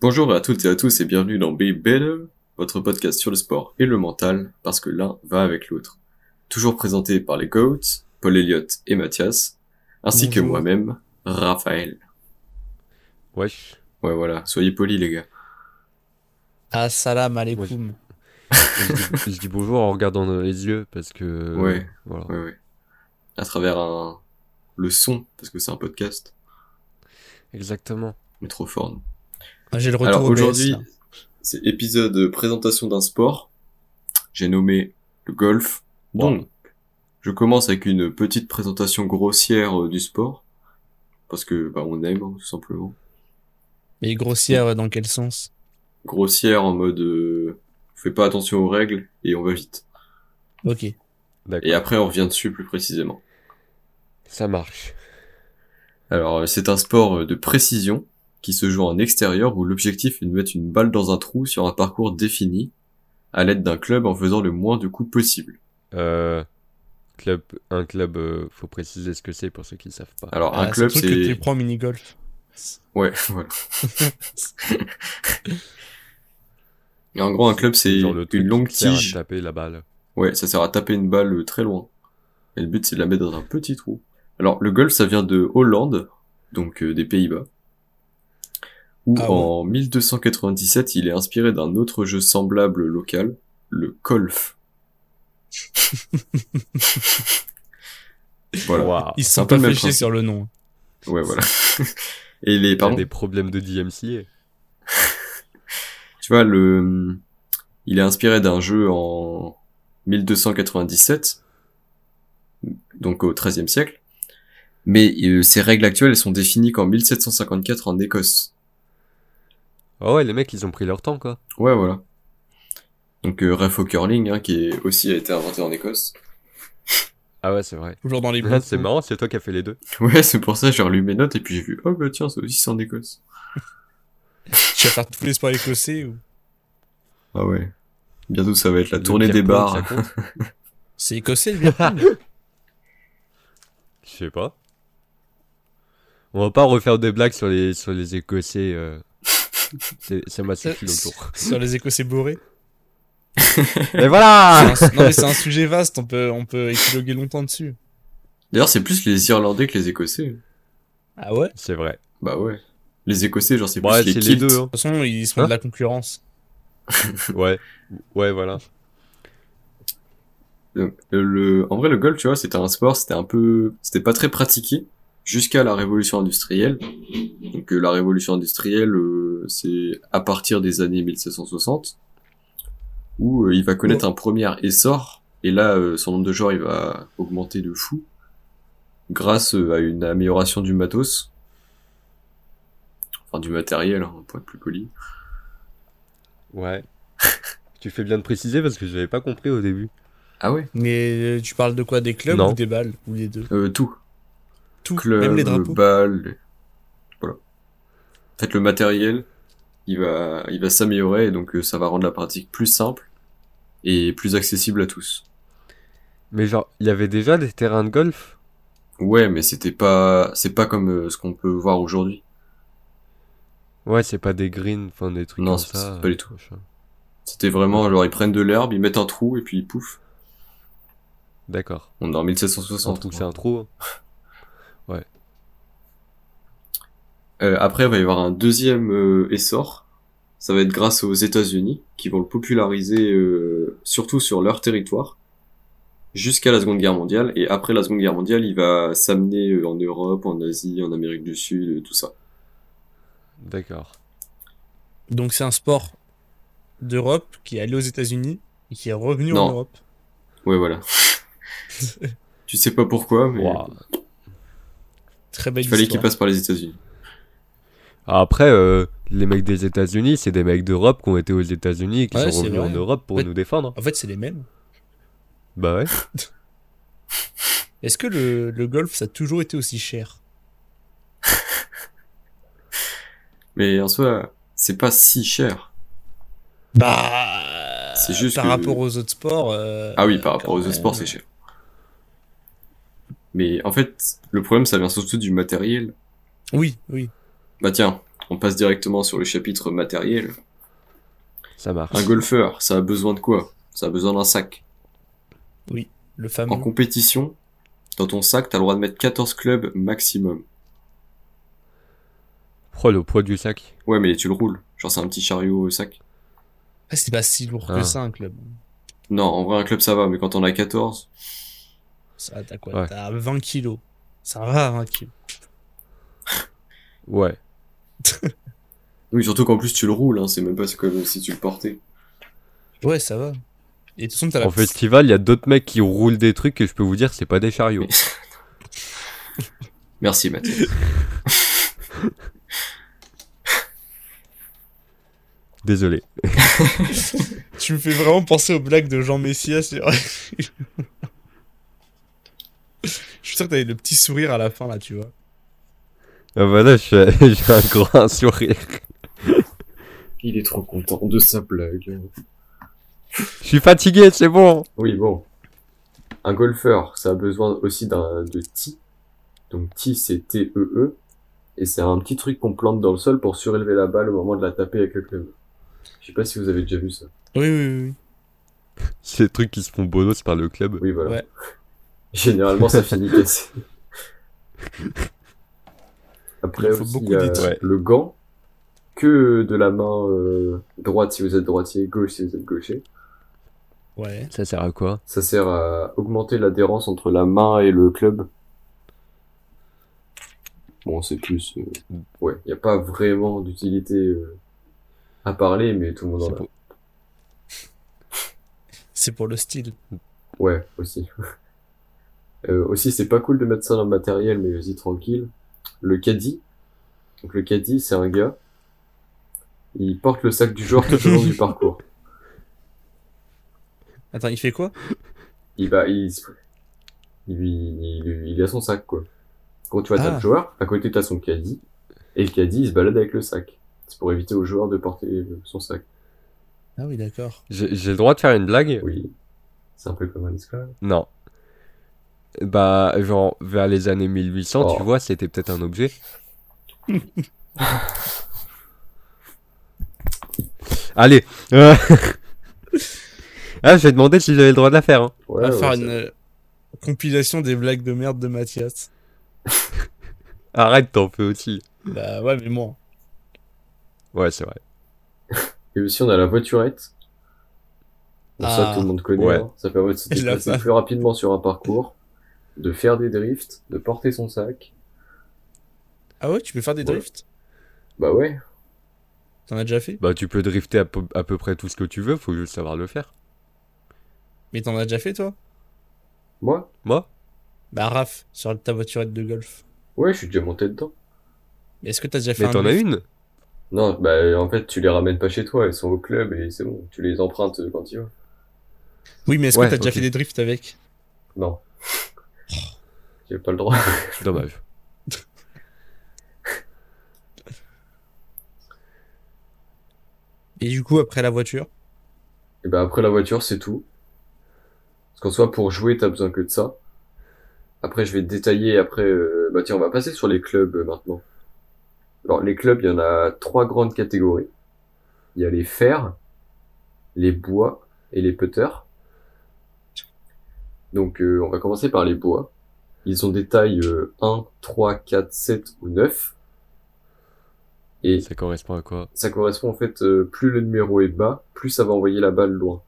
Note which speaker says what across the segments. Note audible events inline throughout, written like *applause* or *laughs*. Speaker 1: Bonjour à toutes et à tous et bienvenue dans Be Better, votre podcast sur le sport et le mental, parce que l'un va avec l'autre. Toujours présenté par les coachs, Paul Elliott et Mathias, ainsi que
Speaker 2: Bonjour.
Speaker 1: moi-même, Raphaël.
Speaker 3: Wesh.
Speaker 1: Ouais voilà, soyez polis les gars.
Speaker 2: Ah, Assalam alaikum.
Speaker 3: Je dis, je dis bonjour en regardant dans les yeux parce que. euh,
Speaker 1: Ouais.
Speaker 3: Voilà.
Speaker 1: Ouais ouais. À travers un... le son, parce que c'est un podcast,
Speaker 3: Exactement.
Speaker 1: mais trop fort. non
Speaker 2: Ah, J'ai le retour
Speaker 1: Alors
Speaker 2: au PS,
Speaker 1: aujourd'hui,
Speaker 2: là.
Speaker 1: c'est épisode de présentation d'un sport. J'ai nommé le golf.
Speaker 3: Wow.
Speaker 1: Donc, je commence avec une petite présentation grossière euh, du sport. Parce que, bah, on aime, hein, tout simplement.
Speaker 2: Mais grossière, dans quel sens
Speaker 1: Grossière en mode, euh, on fait pas attention aux règles et on va vite.
Speaker 2: Ok.
Speaker 3: D'accord.
Speaker 1: Et après, on revient dessus plus précisément.
Speaker 3: Ça marche.
Speaker 1: Alors, euh, c'est un sport euh, de précision qui se joue en extérieur où l'objectif est de mettre une balle dans un trou sur un parcours défini à l'aide d'un club en faisant le moins de coups possible.
Speaker 3: Euh, club, un club, euh, faut préciser ce que c'est pour ceux qui ne savent pas.
Speaker 1: Alors, un
Speaker 2: Ah,
Speaker 1: club,
Speaker 2: le
Speaker 1: c'est...
Speaker 2: truc que tu prends en mini-golf.
Speaker 1: Ouais, voilà. *laughs* Et en gros, un club, c'est
Speaker 3: Genre le truc
Speaker 1: une longue
Speaker 3: qui sert à
Speaker 1: tige.
Speaker 3: taper la balle.
Speaker 1: Ouais, ça sert à taper une balle euh, très loin. Et le but, c'est de la mettre dans un petit trou. Alors, le golf, ça vient de Hollande, donc euh, des Pays-Bas, où
Speaker 2: Ah ouais.
Speaker 1: en 1297, il est inspiré d'un autre jeu semblable local, le golf. voilà.
Speaker 3: Waouh.
Speaker 2: Ils se sont
Speaker 1: un peu
Speaker 2: pas
Speaker 1: le même
Speaker 2: fait chier
Speaker 1: principe.
Speaker 2: sur le nom. hein.
Speaker 1: Ouais, voilà.
Speaker 3: *laughs*
Speaker 1: Et les,
Speaker 3: Il y a
Speaker 1: pardon,
Speaker 3: des problèmes de DMCA.
Speaker 1: Tu vois, le, il est inspiré d'un jeu en 1297, donc au XIIIe siècle. Mais euh, ses règles actuelles sont définies qu'en 1754 en Écosse.
Speaker 3: Ah ouais, les mecs, ils ont pris leur temps, quoi.
Speaker 1: Ouais, voilà. Donc euh, ref au curling, hein, qui est aussi a été inventé en Écosse.
Speaker 3: Ah ouais, c'est vrai.
Speaker 2: Toujours dans les
Speaker 3: Ah,
Speaker 2: bons
Speaker 3: *laughs* c'est
Speaker 2: coups.
Speaker 3: marrant, c'est toi qui as fait les deux.
Speaker 1: *laughs* Ouais, c'est pour ça j'ai relu mes notes et puis j'ai vu, oh bah tiens, c'est aussi c'est en Écosse.
Speaker 2: Tu vas faire tous les sports écossais ou...
Speaker 1: Ah ouais. Bientôt ça va être la
Speaker 3: Le
Speaker 1: tournée
Speaker 3: beer
Speaker 1: des
Speaker 3: pong,
Speaker 1: bars.
Speaker 3: ça compte
Speaker 2: C'est écossais, le
Speaker 3: *laughs*
Speaker 1: *laughs*
Speaker 2: bien.
Speaker 3: Je sais pas. On va pas refaire des blagues sur les, sur les Écossais. euh.
Speaker 1: *laughs*
Speaker 3: C'est- Ça m'a suffi le tour.
Speaker 2: sur les écossais bourrés.
Speaker 3: Et
Speaker 1: Ah. *laughs*
Speaker 3: voilà
Speaker 2: C'est un- non, mais c'est un sujet vaste, on peut, on peut épiloguer longtemps dessus.
Speaker 1: D'ailleurs, c'est plus les Irlandais que les Écossais. hein.
Speaker 2: Ah ouais De
Speaker 3: C'est vrai.
Speaker 1: Bah ouais. Les Écossais, genre, c'est plus
Speaker 3: Ouais,
Speaker 1: les
Speaker 3: c'est les
Speaker 1: kilts.
Speaker 3: deux. hein.
Speaker 2: toute façon, ils sont
Speaker 3: Hein
Speaker 2: de la concurrence.
Speaker 3: Ouais, ouais, voilà.
Speaker 1: Donc, euh, le, en vrai, le golf, tu vois, c'était un sport, c'était un peu, c'était pas très pratiqué jusqu'à la révolution industrielle. Donc, euh, la révolution industrielle, euh, c'est à partir des années 1760 où euh, il va connaître un premier essor et là, euh, son nombre de joueurs, il va augmenter de fou grâce euh, à une amélioration du matos, enfin du matériel, hein, pour être plus poli. *laughs*
Speaker 3: Ouais. tu fais bien de préciser parce que j'avais pas compris au début.
Speaker 1: Ah ouais.
Speaker 2: Mais euh, tu parles de quoi Des clubs
Speaker 3: Non.
Speaker 2: ou des balles Ou les deux
Speaker 1: Euh, tout.
Speaker 2: Tout, même
Speaker 1: club,
Speaker 2: les drapeaux.
Speaker 1: balle, les- voilà. En fait, le matériel, il va, il va s'améliorer et donc euh, ça va rendre la pratique plus simple et plus accessible à tous.
Speaker 3: Mais genre, il y avait déjà des terrains de golf
Speaker 1: Ouais, mais c'était pas, c'est pas comme euh, ce qu'on peut voir aujourd'hui.
Speaker 3: Ouais, c'est pas des greens, enfin des trucs
Speaker 1: Non,
Speaker 3: comme
Speaker 1: c'est-
Speaker 3: ça.
Speaker 1: c'est pas du tout.
Speaker 3: machin.
Speaker 1: C'était vraiment genre ils prennent de l'herbe, ils mettent un trou et puis pouf,
Speaker 3: D'accord.
Speaker 1: on est en
Speaker 3: Un
Speaker 1: 1760.
Speaker 3: trou, c'est
Speaker 1: quoi.
Speaker 3: un trou. hein.
Speaker 1: Euh, après, il va y avoir un deuxième euh, essor. Ça va être grâce aux États-Unis qui vont le populariser euh, surtout sur leur territoire jusqu'à la Seconde Guerre mondiale. Et après la Seconde Guerre mondiale, il va s'amener euh, en Europe, en Asie, en Amérique du Sud, euh, tout ça.
Speaker 3: D'accord.
Speaker 2: Donc c'est un sport d'Europe qui est allé aux États-Unis et qui est revenu
Speaker 1: Non.
Speaker 2: en Europe.
Speaker 1: Ouais, voilà. *laughs* tu sais pas pourquoi, mais
Speaker 3: Waouh.
Speaker 2: Très belle
Speaker 1: il fallait qu'il
Speaker 2: histoire.
Speaker 1: passe par les États-Unis.
Speaker 3: Après, euh, les mecs des États-Unis, c'est des mecs d'Europe qui ont été aux États-Unis et qui
Speaker 2: Ouais, c'est
Speaker 3: sont revenus
Speaker 2: vrai. Ah.
Speaker 3: en Europe pour
Speaker 2: Ouais.
Speaker 3: nous défendre.
Speaker 2: En fait, c'est les mêmes.
Speaker 3: Bah ouais.
Speaker 2: Est-ce que le, le golf, ça a toujours été aussi cher
Speaker 1: Mais en soi, c'est pas si cher.
Speaker 2: Bah,
Speaker 1: C'est juste
Speaker 2: par
Speaker 1: que-
Speaker 2: rapport aux autres sports. euh,
Speaker 1: Ah oui, par rapport aux
Speaker 2: quand
Speaker 1: autres sports,
Speaker 2: même.
Speaker 1: c'est cher. Mais en fait, le problème, ça vient surtout du matériel.
Speaker 2: Oui, oui.
Speaker 1: Bah tiens, On passe directement sur le chapitre matériel.
Speaker 3: Ça marche.
Speaker 1: Un golfeur, ça a besoin de quoi Ça a besoin d'un sac.
Speaker 2: Oui, le
Speaker 1: En
Speaker 2: fameux.
Speaker 1: compétition, dans ton sac, t'as le droit de mettre 14 clubs maximum.
Speaker 3: Oh, le poids du sac.
Speaker 1: Ouais, mais tu le roules. Genre, c'est un petit chariot au sac.
Speaker 2: Ah, c'est pas si lourd
Speaker 3: Ah.
Speaker 2: que ça, un club.
Speaker 1: Non, en vrai, un club, ça va, mais quand on a 14,
Speaker 2: Ça, t'as quoi
Speaker 3: Ouais.
Speaker 2: T'as 20 kilos. Ça va, 20 kilos.
Speaker 3: Ouais.
Speaker 1: Oui, surtout qu'en plus tu le roules, hein, c'est même pas comme si tu le portais.
Speaker 2: Ouais, ça va. Et de toute façon, t'as la
Speaker 3: En festival, il y a d'autres mecs qui roulent des trucs que je peux vous dire, c'est pas des chariots.
Speaker 1: Merci Mathieu.
Speaker 3: Désolé.
Speaker 2: Tu me fais vraiment penser aux blagues de Jean Messia. c'est vrai. *laughs* Je suis sûr que t'avais le petit sourire à la fin, là, tu vois.
Speaker 3: Ah bah là, *laughs* je- j'ai un grand sourire.
Speaker 1: Il est trop content de sa blague.
Speaker 3: Je suis fatigué, c'est bon.
Speaker 1: Oui, bon. Un golfeur, ça a besoin aussi d'un de tee. Donc tee, c'est T-E-E. Et c'est un petit truc qu'on plante dans le sol pour surélever la balle au moment de la taper avec le club. Je sais pas si vous avez déjà vu ça.
Speaker 2: Oui, oui, oui.
Speaker 3: Ces trucs qui se font bonus par le club.
Speaker 1: Oui, voilà.
Speaker 2: Ouais.
Speaker 1: *laughs* Généralement, ça
Speaker 2: *laughs*
Speaker 1: finit cassé. Après,
Speaker 2: Il faut
Speaker 1: aussi,
Speaker 2: beaucoup
Speaker 1: il y a
Speaker 2: d'éthique.
Speaker 3: Ouais.
Speaker 1: le gant, que de la main euh, droite si vous êtes droitier, gauche si vous êtes gaucher.
Speaker 2: Ouais.
Speaker 3: Ça sert à quoi
Speaker 1: Ça sert à augmenter l'adhérence entre la main et le club. Bon, c'est plus... euh, Ouais, il n'y a pas vraiment d'utilité euh, à parler, mais tout le monde
Speaker 3: C'est
Speaker 1: en a.
Speaker 3: pour-
Speaker 2: C'est pour le style.
Speaker 1: Ouais, aussi. *laughs* Euh, aussi, c'est pas cool de mettre ça dans le matériel, mais vas-y, tranquille. Le caddie. Donc, le caddie, c'est un gars. Il porte le sac du joueur tout au long du parcours.
Speaker 2: Attends, il fait quoi
Speaker 1: Il va, il, se- il, il, il a son sac, quoi. Quand tu vas
Speaker 2: Ah.
Speaker 1: le joueur, à côté, t'as son caddie. Et le caddie, il se balade avec le sac. C'est pour éviter au joueur de porter euh, son sac.
Speaker 2: Ah oui, d'accord.
Speaker 3: J'ai j'ai le droit de faire une blague
Speaker 1: Oui. C'est un peu comme un esclave.
Speaker 3: Non. Bah, genre, vers les années 1800,
Speaker 1: Oh.
Speaker 3: tu vois, c'était peut-être
Speaker 1: *laughs*
Speaker 3: un objet. Allez. *laughs* euh, ah, je vais demander si j'avais le droit de la faire. hein.
Speaker 1: Ouais,
Speaker 2: On va
Speaker 1: ouais,
Speaker 2: faire
Speaker 1: ça-
Speaker 2: une euh, compilation des blagues de merde de Mathias.
Speaker 3: Arrête, t'en fais aussi.
Speaker 2: Bah ouais, mais moi.
Speaker 3: Ouais, c'est vrai.
Speaker 1: Et aussi, on a la voiturette. Bon, ça,
Speaker 2: Ah.
Speaker 1: tout le monde connaît.
Speaker 3: Ouais.
Speaker 1: hein. Ça permet de se
Speaker 2: *laughs* Et la
Speaker 1: déplacer
Speaker 2: femme.
Speaker 1: plus rapidement sur un parcours, de faire des drifts, de porter son sac.
Speaker 2: Ah ouais, tu peux faire des
Speaker 1: Ouais.
Speaker 2: drifts
Speaker 1: Bah ouais.
Speaker 2: T'en as déjà fait
Speaker 3: Bah, tu peux drifter à peu, à peu près tout ce que tu veux, faut juste savoir le faire.
Speaker 2: Mais t'en as déjà fait, toi
Speaker 1: Moi
Speaker 3: Moi
Speaker 2: Bah, Raph, sur ta voiturette de golf.
Speaker 1: Ouais, je suis déjà monté dedans.
Speaker 2: Mais Est-ce que t'as déjà fait
Speaker 3: Mais
Speaker 2: un
Speaker 3: t'en as
Speaker 2: drift
Speaker 3: une
Speaker 1: Non, bah en fait, tu les ramènes pas chez toi, elles sont au club et c'est bon. Tu les empruntes euh, quand tu vas.
Speaker 2: Oui, mais est-ce
Speaker 3: Ouais,
Speaker 2: que t'as déjà
Speaker 3: ok.
Speaker 2: fait des drifts avec
Speaker 1: Non. J'ai pas le droit.
Speaker 3: Dommage.
Speaker 2: Et du coup, après la voiture *laughs*
Speaker 1: Et bah après la voiture, c'est tout. Parce qu'en soi, pour jouer, t'as besoin que de ça. Après, je vais détailler, après, euh, bah tiens, on va passer sur les clubs euh, maintenant. Alors, les clubs, il y en a trois grandes catégories. Il y a les fers, les bois et les putters. Donc, euh, on va commencer par les bois. Ils ont des tailles euh, 1, 3, 4, 7 ou 9. Et
Speaker 3: Ça correspond à quoi
Speaker 1: ça correspond en fait, euh, plus le numéro est bas, plus ça va envoyer la balle loin.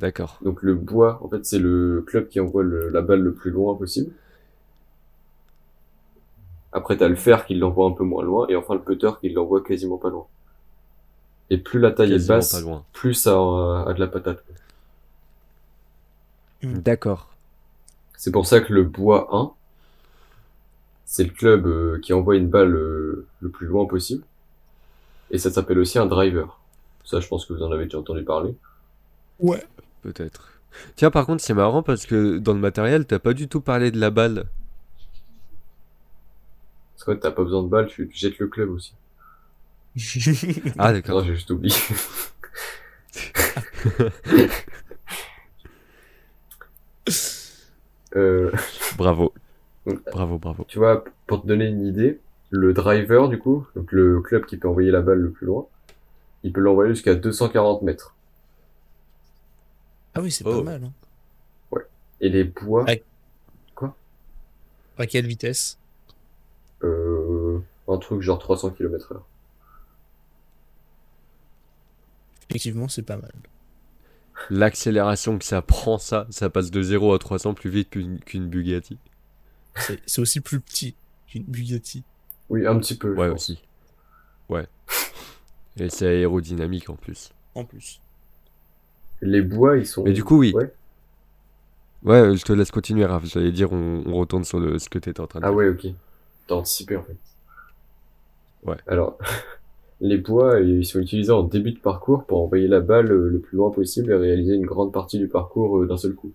Speaker 3: D'accord.
Speaker 1: Donc le bois, en fait, c'est le club qui envoie le- la balle le plus loin possible. Après, t'as le fer qui l'envoie un peu moins loin, et enfin le putter qui l'envoie quasiment pas loin. Et plus la taille est
Speaker 3: Quasiment
Speaker 1: basse,
Speaker 3: pas loin.
Speaker 1: plus ça euh, a, a de la patate. quoi.
Speaker 3: D'accord.
Speaker 1: C'est pour ça que le bois 1, c'est le club euh, qui envoie une balle euh, le plus loin possible. Et ça s'appelle aussi un driver. Ça, je pense que vous en avez déjà entendu parler.
Speaker 2: Ouais.
Speaker 3: Peut-être. Tiens, par contre, c'est marrant parce que dans le matériel, t'as pas du tout parlé de la balle.
Speaker 1: Parce que t'as pas besoin de balle, tu, tu jettes le club aussi.
Speaker 3: Ah,
Speaker 1: Non,
Speaker 3: d'accord.
Speaker 1: j'ai juste oublié. *laughs* Euh,
Speaker 3: Bravo. Bravo, bravo.
Speaker 1: Euh, tu vois, pour te donner une idée, Le driver, du coup, donc le club qui peut envoyer la balle le plus loin, il peut l'envoyer jusqu'à 240 mètres.
Speaker 2: Ah oui, c'est
Speaker 3: Oh.
Speaker 2: pas mal. hein.
Speaker 1: Et les bois,
Speaker 2: Ouais. À quelle vitesse
Speaker 1: euh, un truc genre 300 km heure.
Speaker 2: Effectivement, c'est pas mal.
Speaker 3: L'accélération que ça prend, ça, ça passe de 0 à 300 plus vite qu'une qu'une Bugatti.
Speaker 2: C'est c'est aussi plus petit qu'une Bugatti.
Speaker 1: Oui, un petit peu. je
Speaker 3: Ouais,
Speaker 1: pense.
Speaker 3: aussi. Ouais. Et c'est aérodynamique en plus.
Speaker 2: En plus.
Speaker 1: Les bois, ils sont.
Speaker 3: Mais du coup, oui.
Speaker 1: Ouais.
Speaker 3: Ouais, euh, je te laisse continuer, Raph. J'allais dire, on, on retourne sur le, ce que t'étais en train de
Speaker 1: Ah
Speaker 3: dire.
Speaker 1: ouais, ok. T'as anticipé en fait.
Speaker 3: Ouais.
Speaker 1: Alors, *laughs* les bois, ils sont utilisés en début de parcours pour envoyer la balle euh, le plus loin possible et réaliser une grande partie du parcours euh, d'un seul coup.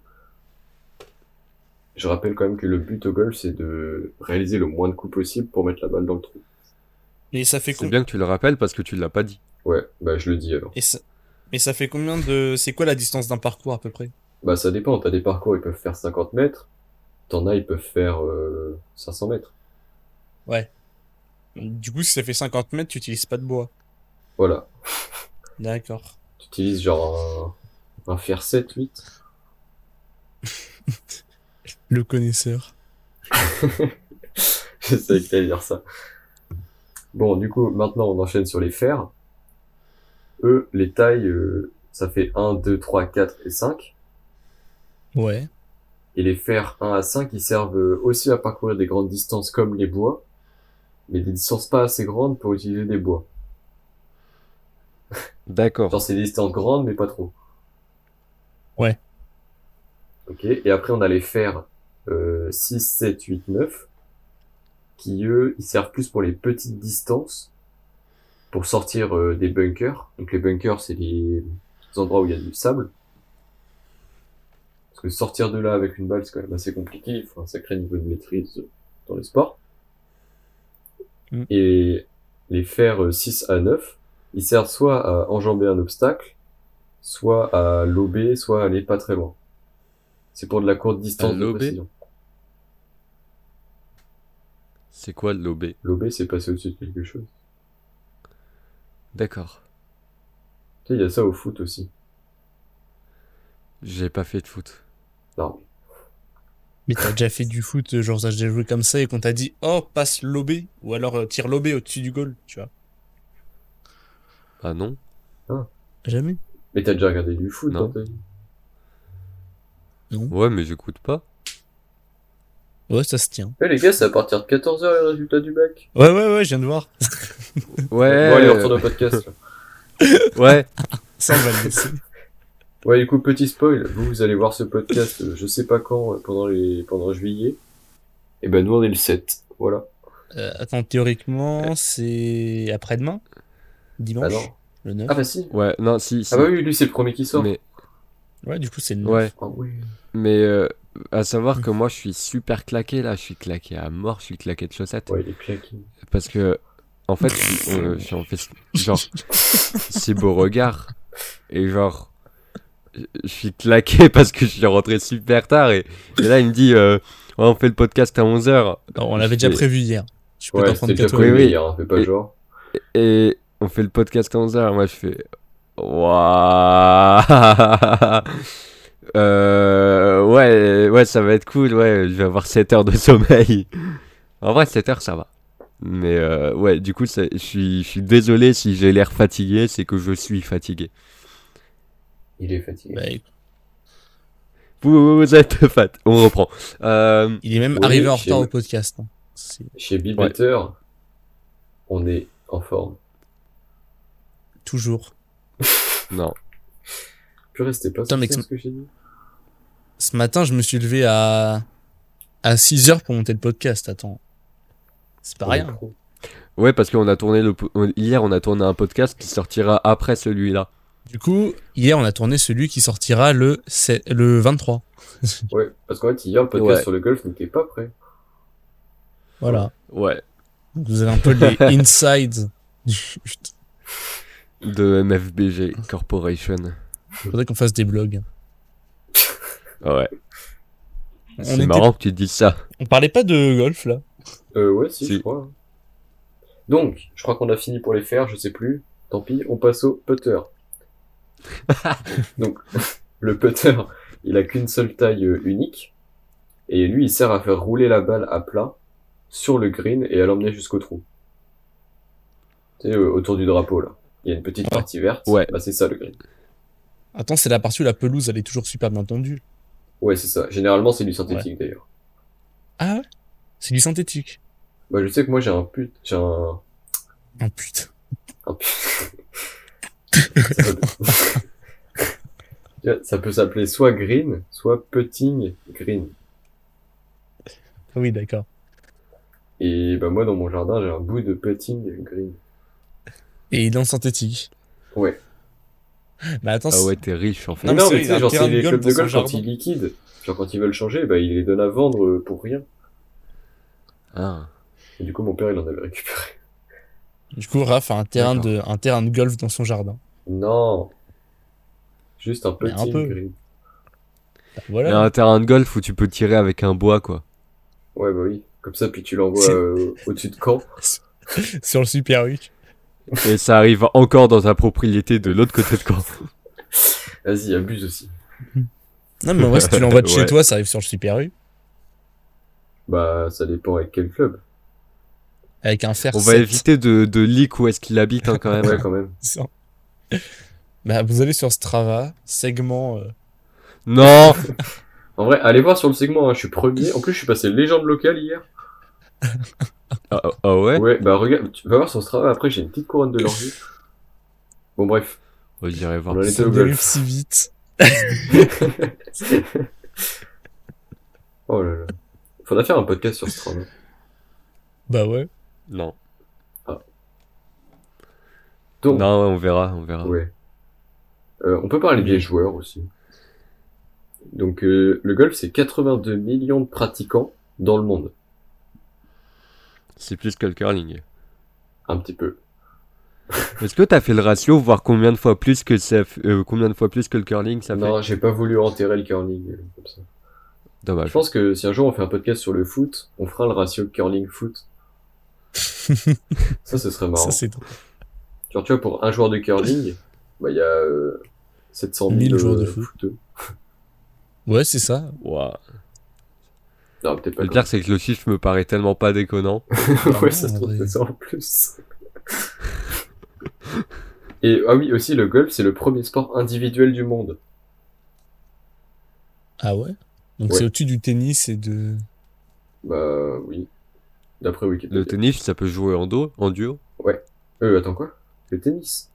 Speaker 1: Je rappelle quand même que le but au golf, c'est de réaliser le moins de coups possible pour mettre la balle dans le trou.
Speaker 2: Et ça fait
Speaker 3: C'est
Speaker 2: combien
Speaker 3: bien que tu le rappelles parce que tu l'as pas dit.
Speaker 1: Ouais, bah je le dis alors.
Speaker 2: Et ça... Mais ça fait combien de. C'est quoi la distance d'un parcours à peu près
Speaker 1: Bah ça dépend, t'as des parcours, ils peuvent faire 50 mètres, t'en as, ils peuvent faire euh, 500 mètres.
Speaker 2: Du coup, si ça fait 50 mètres, tu utilises pas de bois.
Speaker 1: Voilà.
Speaker 2: D'accord.
Speaker 1: Tu utilises genre un, un fer 7, 8.
Speaker 2: Le connaisseur.
Speaker 1: *laughs* Je savais que t'allais dire ça. Bon, du coup, maintenant, on enchaîne sur les fers. Eux, les tailles, euh, ça fait 1, 2, 3, 4 et 5.
Speaker 2: Ouais.
Speaker 1: Et les fers 1 à 5, ils servent euh, aussi à parcourir des grandes distances comme les bois, mais des distances pas assez grandes pour utiliser des bois. Genre,
Speaker 3: D'accord.
Speaker 1: c'est des distances grandes, mais pas trop.
Speaker 2: Ouais.
Speaker 1: Ok, et après, on a les fers euh, 6, 7, 8, 9, qui, eux, ils servent plus pour les petites distances, pour sortir euh, des bunkers. Donc, les bunkers, c'est les endroits où il y a du sable. Parce que sortir de là avec une balle, c'est quand même assez compliqué. Il faut un sacré niveau de maîtrise dans le sport.
Speaker 2: Mm.
Speaker 1: Et les fers euh, 6 à 9, ils servent soit à enjamber un obstacle, soit à lober, soit à aller pas très loin. C'est pour de la courte distance
Speaker 3: À
Speaker 1: de
Speaker 3: lober
Speaker 1: précision.
Speaker 3: C'est quoi le lobé
Speaker 1: Lober, c'est passer au-dessus de quelque chose.
Speaker 3: D'accord.
Speaker 1: Tu sais, il y a ça au foot aussi.
Speaker 3: J'ai pas fait de foot.
Speaker 1: Non.
Speaker 2: Mais t'as déjà fait du foot, euh, genre t'as déjà joué comme ça et qu'on t'a dit oh passe lobé ou alors euh, tire lobé au-dessus du goal, tu vois.
Speaker 3: Ah non
Speaker 2: Jamais.
Speaker 1: Mais hein, t'as déjà regardé du foot
Speaker 3: Non.
Speaker 1: dans ta vie
Speaker 3: Ouais, mais j'écoute pas.
Speaker 2: Ouais, ça se tient.
Speaker 1: Eh les gars, c'est à partir de 14h les résultats du bac.
Speaker 2: Ouais, ouais, ouais, je viens de voir.
Speaker 3: Ouais,
Speaker 1: Bon, allez, on retourne au podcast. là.
Speaker 3: ouais.
Speaker 2: Ça, on va *laughs* le laisser.
Speaker 1: Ouais, du coup, petit spoil, vous, vous allez voir ce podcast, euh, je sais pas quand, euh, pendant les pendant juillet. Et ben nous, on est le 7. Voilà.
Speaker 2: Euh, attends, théoriquement, c'est après-demain
Speaker 1: Ah
Speaker 2: Dimanche
Speaker 1: non.
Speaker 2: Le 9
Speaker 1: Ah bah si.
Speaker 3: Ouais, non, si. si.
Speaker 1: Ah bah oui, lui, c'est le premier qui sort.
Speaker 3: mais,
Speaker 2: Ouais, du coup, c'est le 9.
Speaker 3: ouais,
Speaker 1: Ah oui.
Speaker 3: mais euh, à savoir que moi, je suis super claqué là. Je suis claqué à mort, je suis claqué de chaussettes.
Speaker 1: Ouais, il est claqué.
Speaker 3: Parce que,
Speaker 2: *laughs*
Speaker 3: en fait, je suis- euh, je suis en fest- Genre, c'est beau regard. Et genre, je je suis claqué *laughs* parce que je suis rentré super tard. Et, et là, il me dit, euh, ouais, on fait le podcast à 11h.
Speaker 2: Non, on l'avait déjà
Speaker 3: Et-
Speaker 2: prévu hier. Je peux
Speaker 1: Ouais,
Speaker 2: t'en
Speaker 1: c'était
Speaker 2: prendre
Speaker 1: déjà
Speaker 2: 4
Speaker 3: Oui,
Speaker 1: prévu
Speaker 3: oui.
Speaker 1: hier, hein, fais pas
Speaker 3: Et-
Speaker 1: genre.
Speaker 3: Et on fait le podcast à 11h. Moi, je fais, Ouah. *laughs* Euh, ouais, ouais, ça va être cool. Ouais, je vais avoir 7 heures de sommeil. *laughs* En vrai, 7 heures, ça va. Mais euh, ouais, du coup, ça- je suis je suis désolé si j'ai l'air fatigué. C'est que je suis fatigué.
Speaker 1: Il est fatigué.
Speaker 2: Bah, écoute,
Speaker 3: Vous, vous êtes *laughs* fat. On reprend. Euh,
Speaker 2: il est même
Speaker 1: Oui,
Speaker 2: arrivé en
Speaker 1: j'ai-
Speaker 2: retard au podcast. hein. C'est-
Speaker 1: Chez Be
Speaker 3: Ouais.
Speaker 1: Better, on est en forme.
Speaker 2: Toujours.
Speaker 3: non.
Speaker 1: Purée, c'était pas
Speaker 2: Putain,
Speaker 1: ça
Speaker 2: mec,
Speaker 1: ce
Speaker 2: c'est-
Speaker 1: que j'ai dit.
Speaker 2: Ce matin, je me suis levé à, à 6 heures pour monter le podcast. Attends. C'est pas
Speaker 1: On est
Speaker 2: rien.
Speaker 1: pro.
Speaker 3: Ouais, parce qu'on a tourné le po- on- hier, on a tourné un podcast qui sortira après celui-là.
Speaker 2: Du coup, hier, on a tourné celui qui sortira le, sept- le 23.
Speaker 1: Ouais, parce qu'en fait, hier, le podcast
Speaker 3: Ouais.
Speaker 1: sur le golf n'était pas prêt.
Speaker 2: Voilà.
Speaker 3: Ouais.
Speaker 2: Donc, vous avez un peu *laughs* les insides. du-
Speaker 3: De MFBG Corporation.
Speaker 2: Faudrait qu'on fasse des blogs.
Speaker 3: Ouais.
Speaker 2: On,
Speaker 3: C'est
Speaker 2: était-
Speaker 3: marrant que tu dises ça.
Speaker 2: on parlait pas de golf là.
Speaker 1: Euh, ouais, si,
Speaker 3: Si.
Speaker 1: je crois. hein. Donc, je crois qu'on a fini pour les faire, je sais plus. Tant pis, on passe au putter. Donc, *laughs* le putter, il a qu'une seule taille euh, unique. Et lui, il sert à faire rouler la balle à plat sur le green et à l'emmener jusqu'au trou. Tu sais, euh, autour du drapeau, là. Il y a une petite
Speaker 2: Ouais.
Speaker 1: partie verte.
Speaker 3: Ouais.
Speaker 1: Bah, c'est ça, le green.
Speaker 2: Attends, c'est la partie où la pelouse, elle est toujours super bien tendue.
Speaker 1: Ouais, c'est ça. Généralement, c'est du synthétique, d'ailleurs.
Speaker 2: Ah ouais C'est du synthétique.
Speaker 1: Bah, je sais que moi, j'ai un put... J'ai un...
Speaker 2: Ah putain.
Speaker 1: un put... ça peut- Tu vois, ça peut s'appeler soit green, soit putting green.
Speaker 2: Ah Oui, d'accord.
Speaker 1: Et bah moi dans mon jardin j'ai un bout de putting green.
Speaker 2: Et il est en synthétique.
Speaker 1: Ouais.
Speaker 2: Bah attends,
Speaker 3: Ah
Speaker 2: c'est-
Speaker 3: ouais, t'es riche en fait.
Speaker 1: Non,
Speaker 2: Non, mais
Speaker 1: mais, tu sais,
Speaker 2: c'est vrai, il y a un
Speaker 1: genre c'est
Speaker 2: terrain de
Speaker 1: les
Speaker 2: golf
Speaker 1: clubs de
Speaker 2: dans son
Speaker 1: golf quand
Speaker 2: jardin.
Speaker 1: ils liquident, genre quand ils veulent changer, bah ils les donnent à vendre euh, pour rien.
Speaker 3: Ah.
Speaker 1: Et du coup mon père il en avait récupéré.
Speaker 2: du coup, Raph a un terrain, de, un terrain de golf dans son jardin.
Speaker 1: Non Juste un
Speaker 2: Mais un
Speaker 1: putting
Speaker 2: peu.
Speaker 1: green.
Speaker 2: Bah,
Speaker 3: Il y
Speaker 2: voilà.
Speaker 3: a un terrain de golf où tu peux tirer avec un bois
Speaker 1: *laughs*
Speaker 3: quoi.
Speaker 1: Ouais bah oui. Comme ça puis tu l'envoies
Speaker 2: C'est- *laughs*
Speaker 1: euh, au-dessus de camp.
Speaker 2: Sur le Super U.
Speaker 3: Et ça arrive encore dans ta propriété de l'autre côté
Speaker 1: *laughs*
Speaker 3: de camp.
Speaker 1: Vas-y abuse aussi.
Speaker 2: Non, mais en vrai, si tu
Speaker 3: *laughs*
Speaker 2: l'envoies de
Speaker 3: Ouais.
Speaker 2: chez toi, ça arrive sur le Super U.
Speaker 1: Bah ça dépend avec quel club.
Speaker 2: Avec un fer.
Speaker 3: On va éviter de, de leak où est-ce qu'il habite hein, quand même.
Speaker 1: Ouais quand même.
Speaker 2: 700. Bah, vous allez sur Strava, segment. euh,
Speaker 3: *laughs* Non
Speaker 1: En vrai allez voir sur le segment, hein, je suis premier. En plus je suis passé légende locale hier.
Speaker 3: Ah ah, ah ouais,
Speaker 1: Ouais, bah regarde, tu vas voir sur Strava après j'ai une petite couronne de
Speaker 2: *laughs*
Speaker 1: l'orgie. Bon bref.
Speaker 3: Oh, J'irai voir.
Speaker 1: On allait- Les deux
Speaker 2: ça
Speaker 1: golf.
Speaker 2: dérive si vite.
Speaker 1: Oh là là. Faudra faire un podcast sur Strava.
Speaker 2: Bah ouais. *laughs*
Speaker 3: Non.
Speaker 1: Donc,
Speaker 3: Non, ouais, on verra, on verra.
Speaker 1: ouais. Euh, on peut parler des joueurs aussi. Donc, euh, le golf, c'est 82 millions de pratiquants dans le monde.
Speaker 3: C'est plus que le curling.
Speaker 1: Un petit peu.
Speaker 3: Est-ce que t'as fait le ratio, voir combien de fois plus que ça f- euh, combien de fois plus que le curling ça fait
Speaker 1: Non, j'ai pas voulu enterrer le curling. euh, comme ça. Je
Speaker 3: Dommage.
Speaker 1: pense que si un jour on fait un podcast sur le foot, on fera le ratio curling-foot. ça, ce serait marrant.
Speaker 2: Ça, c'est drôle.
Speaker 1: Genre, tu vois, pour un joueur de curling, bah, il y a euh, 700 000
Speaker 2: Mille joueurs de
Speaker 1: euh,
Speaker 2: foot.
Speaker 1: footeux.
Speaker 2: Ouais, c'est ça.
Speaker 3: Ouah.
Speaker 1: Non, peut-être pas.
Speaker 3: Le pire c'est que le chiffre me paraît tellement pas déconnant.
Speaker 1: ouais, ça se
Speaker 2: Ah,
Speaker 1: trouve,
Speaker 2: ouais.
Speaker 1: c'est ça en plus. Et ah oui, aussi, le golf, c'est le premier sport individuel du monde.
Speaker 2: Ah ouais Donc,
Speaker 1: Ouais.
Speaker 2: c'est au-dessus du tennis et de.
Speaker 1: Bah oui. D'après Wikipédia.
Speaker 3: Le tennis ça peut jouer en dos, en duo.
Speaker 1: Euh, attends quoi Le tennis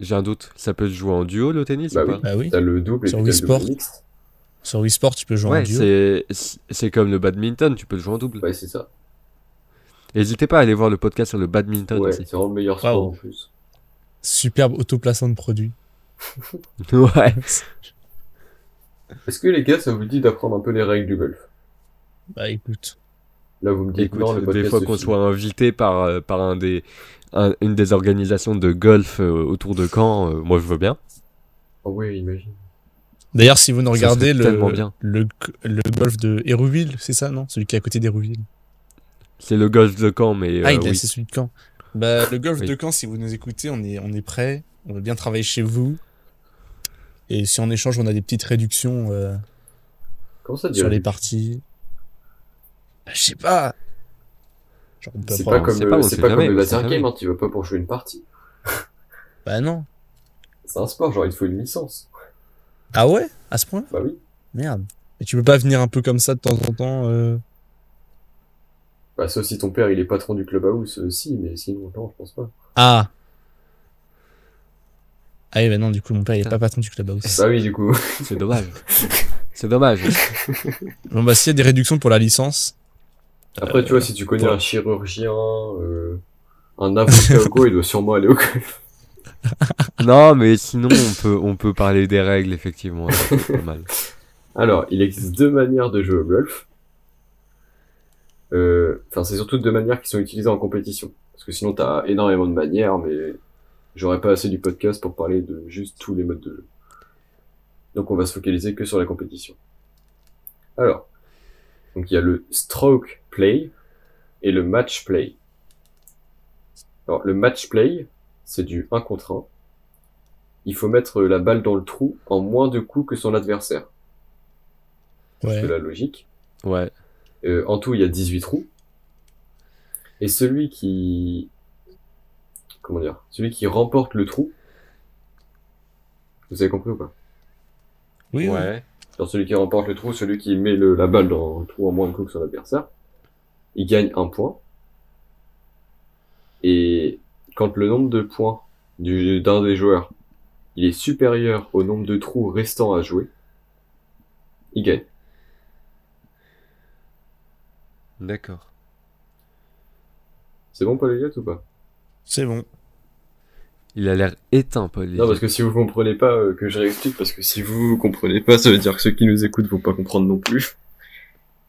Speaker 3: J'ai un doute. Ça peut se jouer en duo le tennis
Speaker 1: Bah
Speaker 3: ou pas
Speaker 1: oui.
Speaker 2: Bah oui.
Speaker 1: T'as le double et
Speaker 2: Sur
Speaker 1: puis t'as
Speaker 2: Wii
Speaker 1: le double
Speaker 2: Sport.
Speaker 1: mixte.
Speaker 2: Sur Wii Sport, tu peux jouer en
Speaker 3: Ouais,
Speaker 2: duo.
Speaker 3: c'est c'est comme le badminton, tu peux le jouer en double.
Speaker 1: Ouais, c'est ça.
Speaker 3: N'hésitez pas à aller voir le podcast sur le badminton
Speaker 1: Ouais,
Speaker 3: aussi. *laughs*
Speaker 1: c'est vraiment le meilleur sport
Speaker 2: Waouh.
Speaker 1: en plus.
Speaker 2: Superbe autoplaçant de produit.
Speaker 3: Ouais.
Speaker 1: Est-ce que les gars, ça vous dit d'apprendre un peu les règles du golf
Speaker 2: Bah écoute.
Speaker 1: Là, vous me dites
Speaker 3: Écoute,
Speaker 1: non, le podcast
Speaker 3: des fois
Speaker 1: se
Speaker 3: qu'on
Speaker 1: finit.
Speaker 3: soit invité par, euh, par un des, un- une des organisations de golf euh, autour de Caen, euh, moi je veux bien.
Speaker 1: Ah ouais, imagine.
Speaker 2: D'ailleurs, si vous nous
Speaker 3: Ça
Speaker 2: regardez,
Speaker 3: serait
Speaker 2: le,
Speaker 3: tellement bien.
Speaker 2: le, le golf de Hérouville, c'est ça, non Celui qui est à côté d'Hérouville.
Speaker 3: C'est le golf de Caen, mais
Speaker 2: ah,
Speaker 3: euh,
Speaker 2: il est-
Speaker 3: oui.
Speaker 2: c'est celui de Caen. Bah, le golf
Speaker 3: Oui.
Speaker 2: de Caen, si vous nous écoutez, on est, on est prêt. On veut bien travailler chez vous. Et si en échange, on a des petites réductions euh,
Speaker 1: Comment ça
Speaker 2: sur les
Speaker 1: dire
Speaker 2: parties. Bah, je sais pas. Genre, on peut
Speaker 1: C'est pas
Speaker 2: prendre-
Speaker 1: comme
Speaker 3: sait pas,
Speaker 1: euh,
Speaker 3: on
Speaker 1: c'est
Speaker 3: sait
Speaker 1: pas
Speaker 3: jamais,
Speaker 1: comme le
Speaker 3: on sait
Speaker 1: laser game,
Speaker 3: jamais.
Speaker 1: hein, tu vas pas pour jouer une partie.
Speaker 2: Bah non.
Speaker 1: C'est un sport, genre il te faut une licence.
Speaker 2: Ah ouais À ce point
Speaker 1: Bah oui.
Speaker 2: Merde. Et tu peux pas venir un peu comme ça de temps en temps euh,
Speaker 1: Bah, sauf si ton père il est patron du clubhouse, euh, si, mais sinon, non, je pense
Speaker 3: *laughs*
Speaker 1: pas.
Speaker 2: Ah Ah oui, bah non, du coup, mon père, il est pas patron du club aussi.
Speaker 1: Bah oui, du coup.
Speaker 2: *laughs*
Speaker 3: C'est dommage. c'est dommage.
Speaker 2: Bon bah s'il y a des réductions pour la licence,
Speaker 3: Euh,
Speaker 1: Après, tu vois, si tu connais
Speaker 2: ouais.
Speaker 1: un chirurgien, euh, un avocat ou quoi, il doit sûrement aller au golf.
Speaker 3: non, mais sinon on peut, on peut parler des règles,
Speaker 1: *laughs*
Speaker 3: effectivement. c'est pas mal.
Speaker 1: Alors, il existe deux manières de jouer au golf. Euh, Enfin, c'est surtout deux manières qui sont utilisées en compétition. Parce que sinon, t'as énormément de manières, mais j'aurais pas assez du podcast pour parler de juste tous les modes de jeu. Donc, on va se focaliser que sur la compétition. Alors, donc il y a le stroke play et le match play. Alors, le match play, c'est du 1 contre 1. Il faut mettre la balle dans le trou en moins de coups que son adversaire.
Speaker 2: Ouais.
Speaker 1: C'est la logique.
Speaker 3: Ouais.
Speaker 1: Euh, en tout, il y a 18 trous. Et celui qui... Comment dire Celui qui remporte le trou... Vous avez compris ou pas
Speaker 2: Oui, oui.
Speaker 1: Alors celui qui remporte le trou, celui qui met le- la balle dans le trou en moins de coups que son adversaire, il gagne un point. Et quand le nombre de points du- d'un des joueurs il est supérieur au nombre de trous restants à jouer, il gagne.
Speaker 3: D'accord.
Speaker 1: C'est bon Paul Elliott ou pas
Speaker 2: c'est bon.
Speaker 3: Il a l'air éteint, Paul.
Speaker 1: Non parce que si vous comprenez pas euh, que je réexplique parce que si vous comprenez pas ça veut dire que ceux qui nous écoutent vont pas comprendre non
Speaker 2: *laughs*
Speaker 1: plus.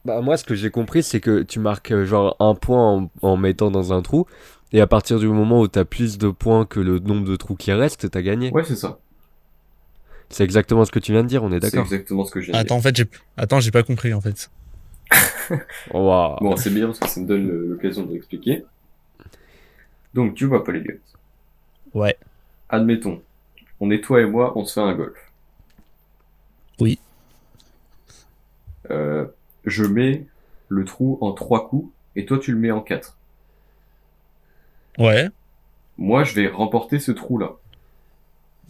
Speaker 3: Bah, moi, ce que j'ai compris, c'est que tu marques euh, genre un point en, en mettant dans un trou, et à partir du moment où t'as plus de points que le nombre de trous qui restent, t'as gagné.
Speaker 1: Ouais c'est ça.
Speaker 3: C'est exactement ce que tu viens de dire, on est
Speaker 1: C'est
Speaker 3: d'accord.
Speaker 1: exactement ce que j'ai dit.
Speaker 2: Attends, en fait, j'ai attends, j'ai pas compris en fait.
Speaker 3: Waouh.
Speaker 1: Bon, c'est bien parce que ça me donne euh, l'occasion de l'expliquer. Donc, tu vois, Paul Elliott.
Speaker 2: Ouais.
Speaker 1: Admettons, on est toi et moi, on se fait un golf.
Speaker 2: Oui.
Speaker 1: Euh, je mets le trou en trois coups et toi, tu le mets en quatre.
Speaker 2: Ouais.
Speaker 1: Moi, je vais remporter ce trou-là.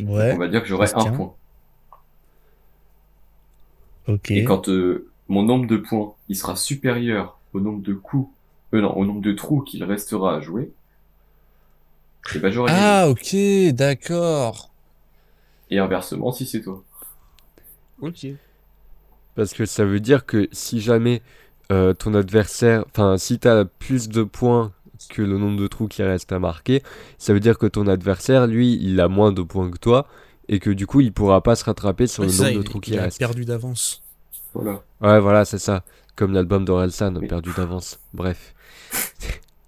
Speaker 2: Ouais.
Speaker 1: On va dire que j'aurai
Speaker 2: Ça se
Speaker 1: un
Speaker 2: tient.
Speaker 1: point.
Speaker 2: Ok.
Speaker 1: Et quand euh, mon nombre de points, il sera supérieur au nombre de coups, euh, non, au nombre de trous qu'il restera à jouer, et ben j'aurai gagné.
Speaker 2: Ah, ok, d'accord.
Speaker 1: Et inversement, si c'est toi.
Speaker 2: Ok.
Speaker 3: Parce que ça veut dire que si jamais euh, ton adversaire, enfin si t'as plus de points que le nombre de trous qui reste à marquer, ça veut dire que ton adversaire, lui, il a moins de points que toi et que du coup il pourra pas se rattraper sur le nombre de trous qui
Speaker 2: il a
Speaker 3: reste.
Speaker 2: perdu d'avance.
Speaker 1: Voilà.
Speaker 3: Ouais, voilà, c'est ça. Comme l'album d'Orelsan,
Speaker 1: Mais-
Speaker 3: perdu d'avance. Bref.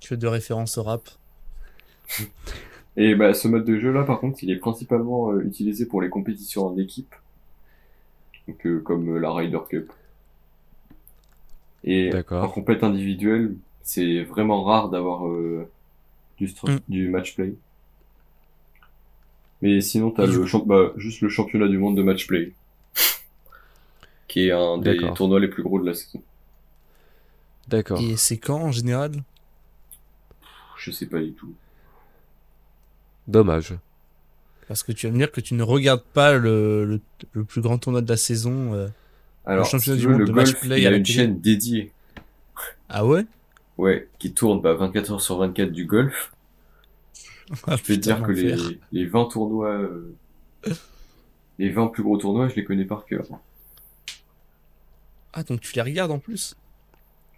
Speaker 2: Que de référence au rap.
Speaker 1: Et bah, ce mode de jeu là, par contre, il est principalement euh, utilisé pour les compétitions en équipe, donc euh, comme euh, la Ryder Cup. Et
Speaker 3: D'accord.
Speaker 1: en compète individuelle, c'est vraiment rare d'avoir euh, du, str-
Speaker 2: Mm.
Speaker 1: du match play. Mais sinon, t'as
Speaker 2: Et du
Speaker 1: le champ- bah, juste le championnat du monde de match play, qui est un des
Speaker 3: D'accord.
Speaker 1: tournois les plus gros de la saison.
Speaker 3: D'accord.
Speaker 2: Et c'est quand en général
Speaker 1: Je sais pas du tout.
Speaker 3: Dommage.
Speaker 2: Parce que tu vas me dire que tu ne regardes pas le, le, le plus grand tournoi de la saison. euh.
Speaker 1: Alors, si
Speaker 2: championnat
Speaker 1: tu
Speaker 2: du
Speaker 1: veux,
Speaker 2: monde
Speaker 1: le
Speaker 2: de match
Speaker 1: golf,
Speaker 2: play
Speaker 1: il
Speaker 2: à
Speaker 1: a
Speaker 2: la
Speaker 1: une
Speaker 2: télé.
Speaker 1: chaîne dédiée.
Speaker 2: Ah ouais
Speaker 1: Ouais, qui tourne bah, 24 heures sur 24 du golf.
Speaker 2: ah,
Speaker 1: Je vais te dire que les, les 20 tournois, euh, les 20 plus gros tournois, je les connais par cœur.
Speaker 2: Ah, donc tu les regardes en plus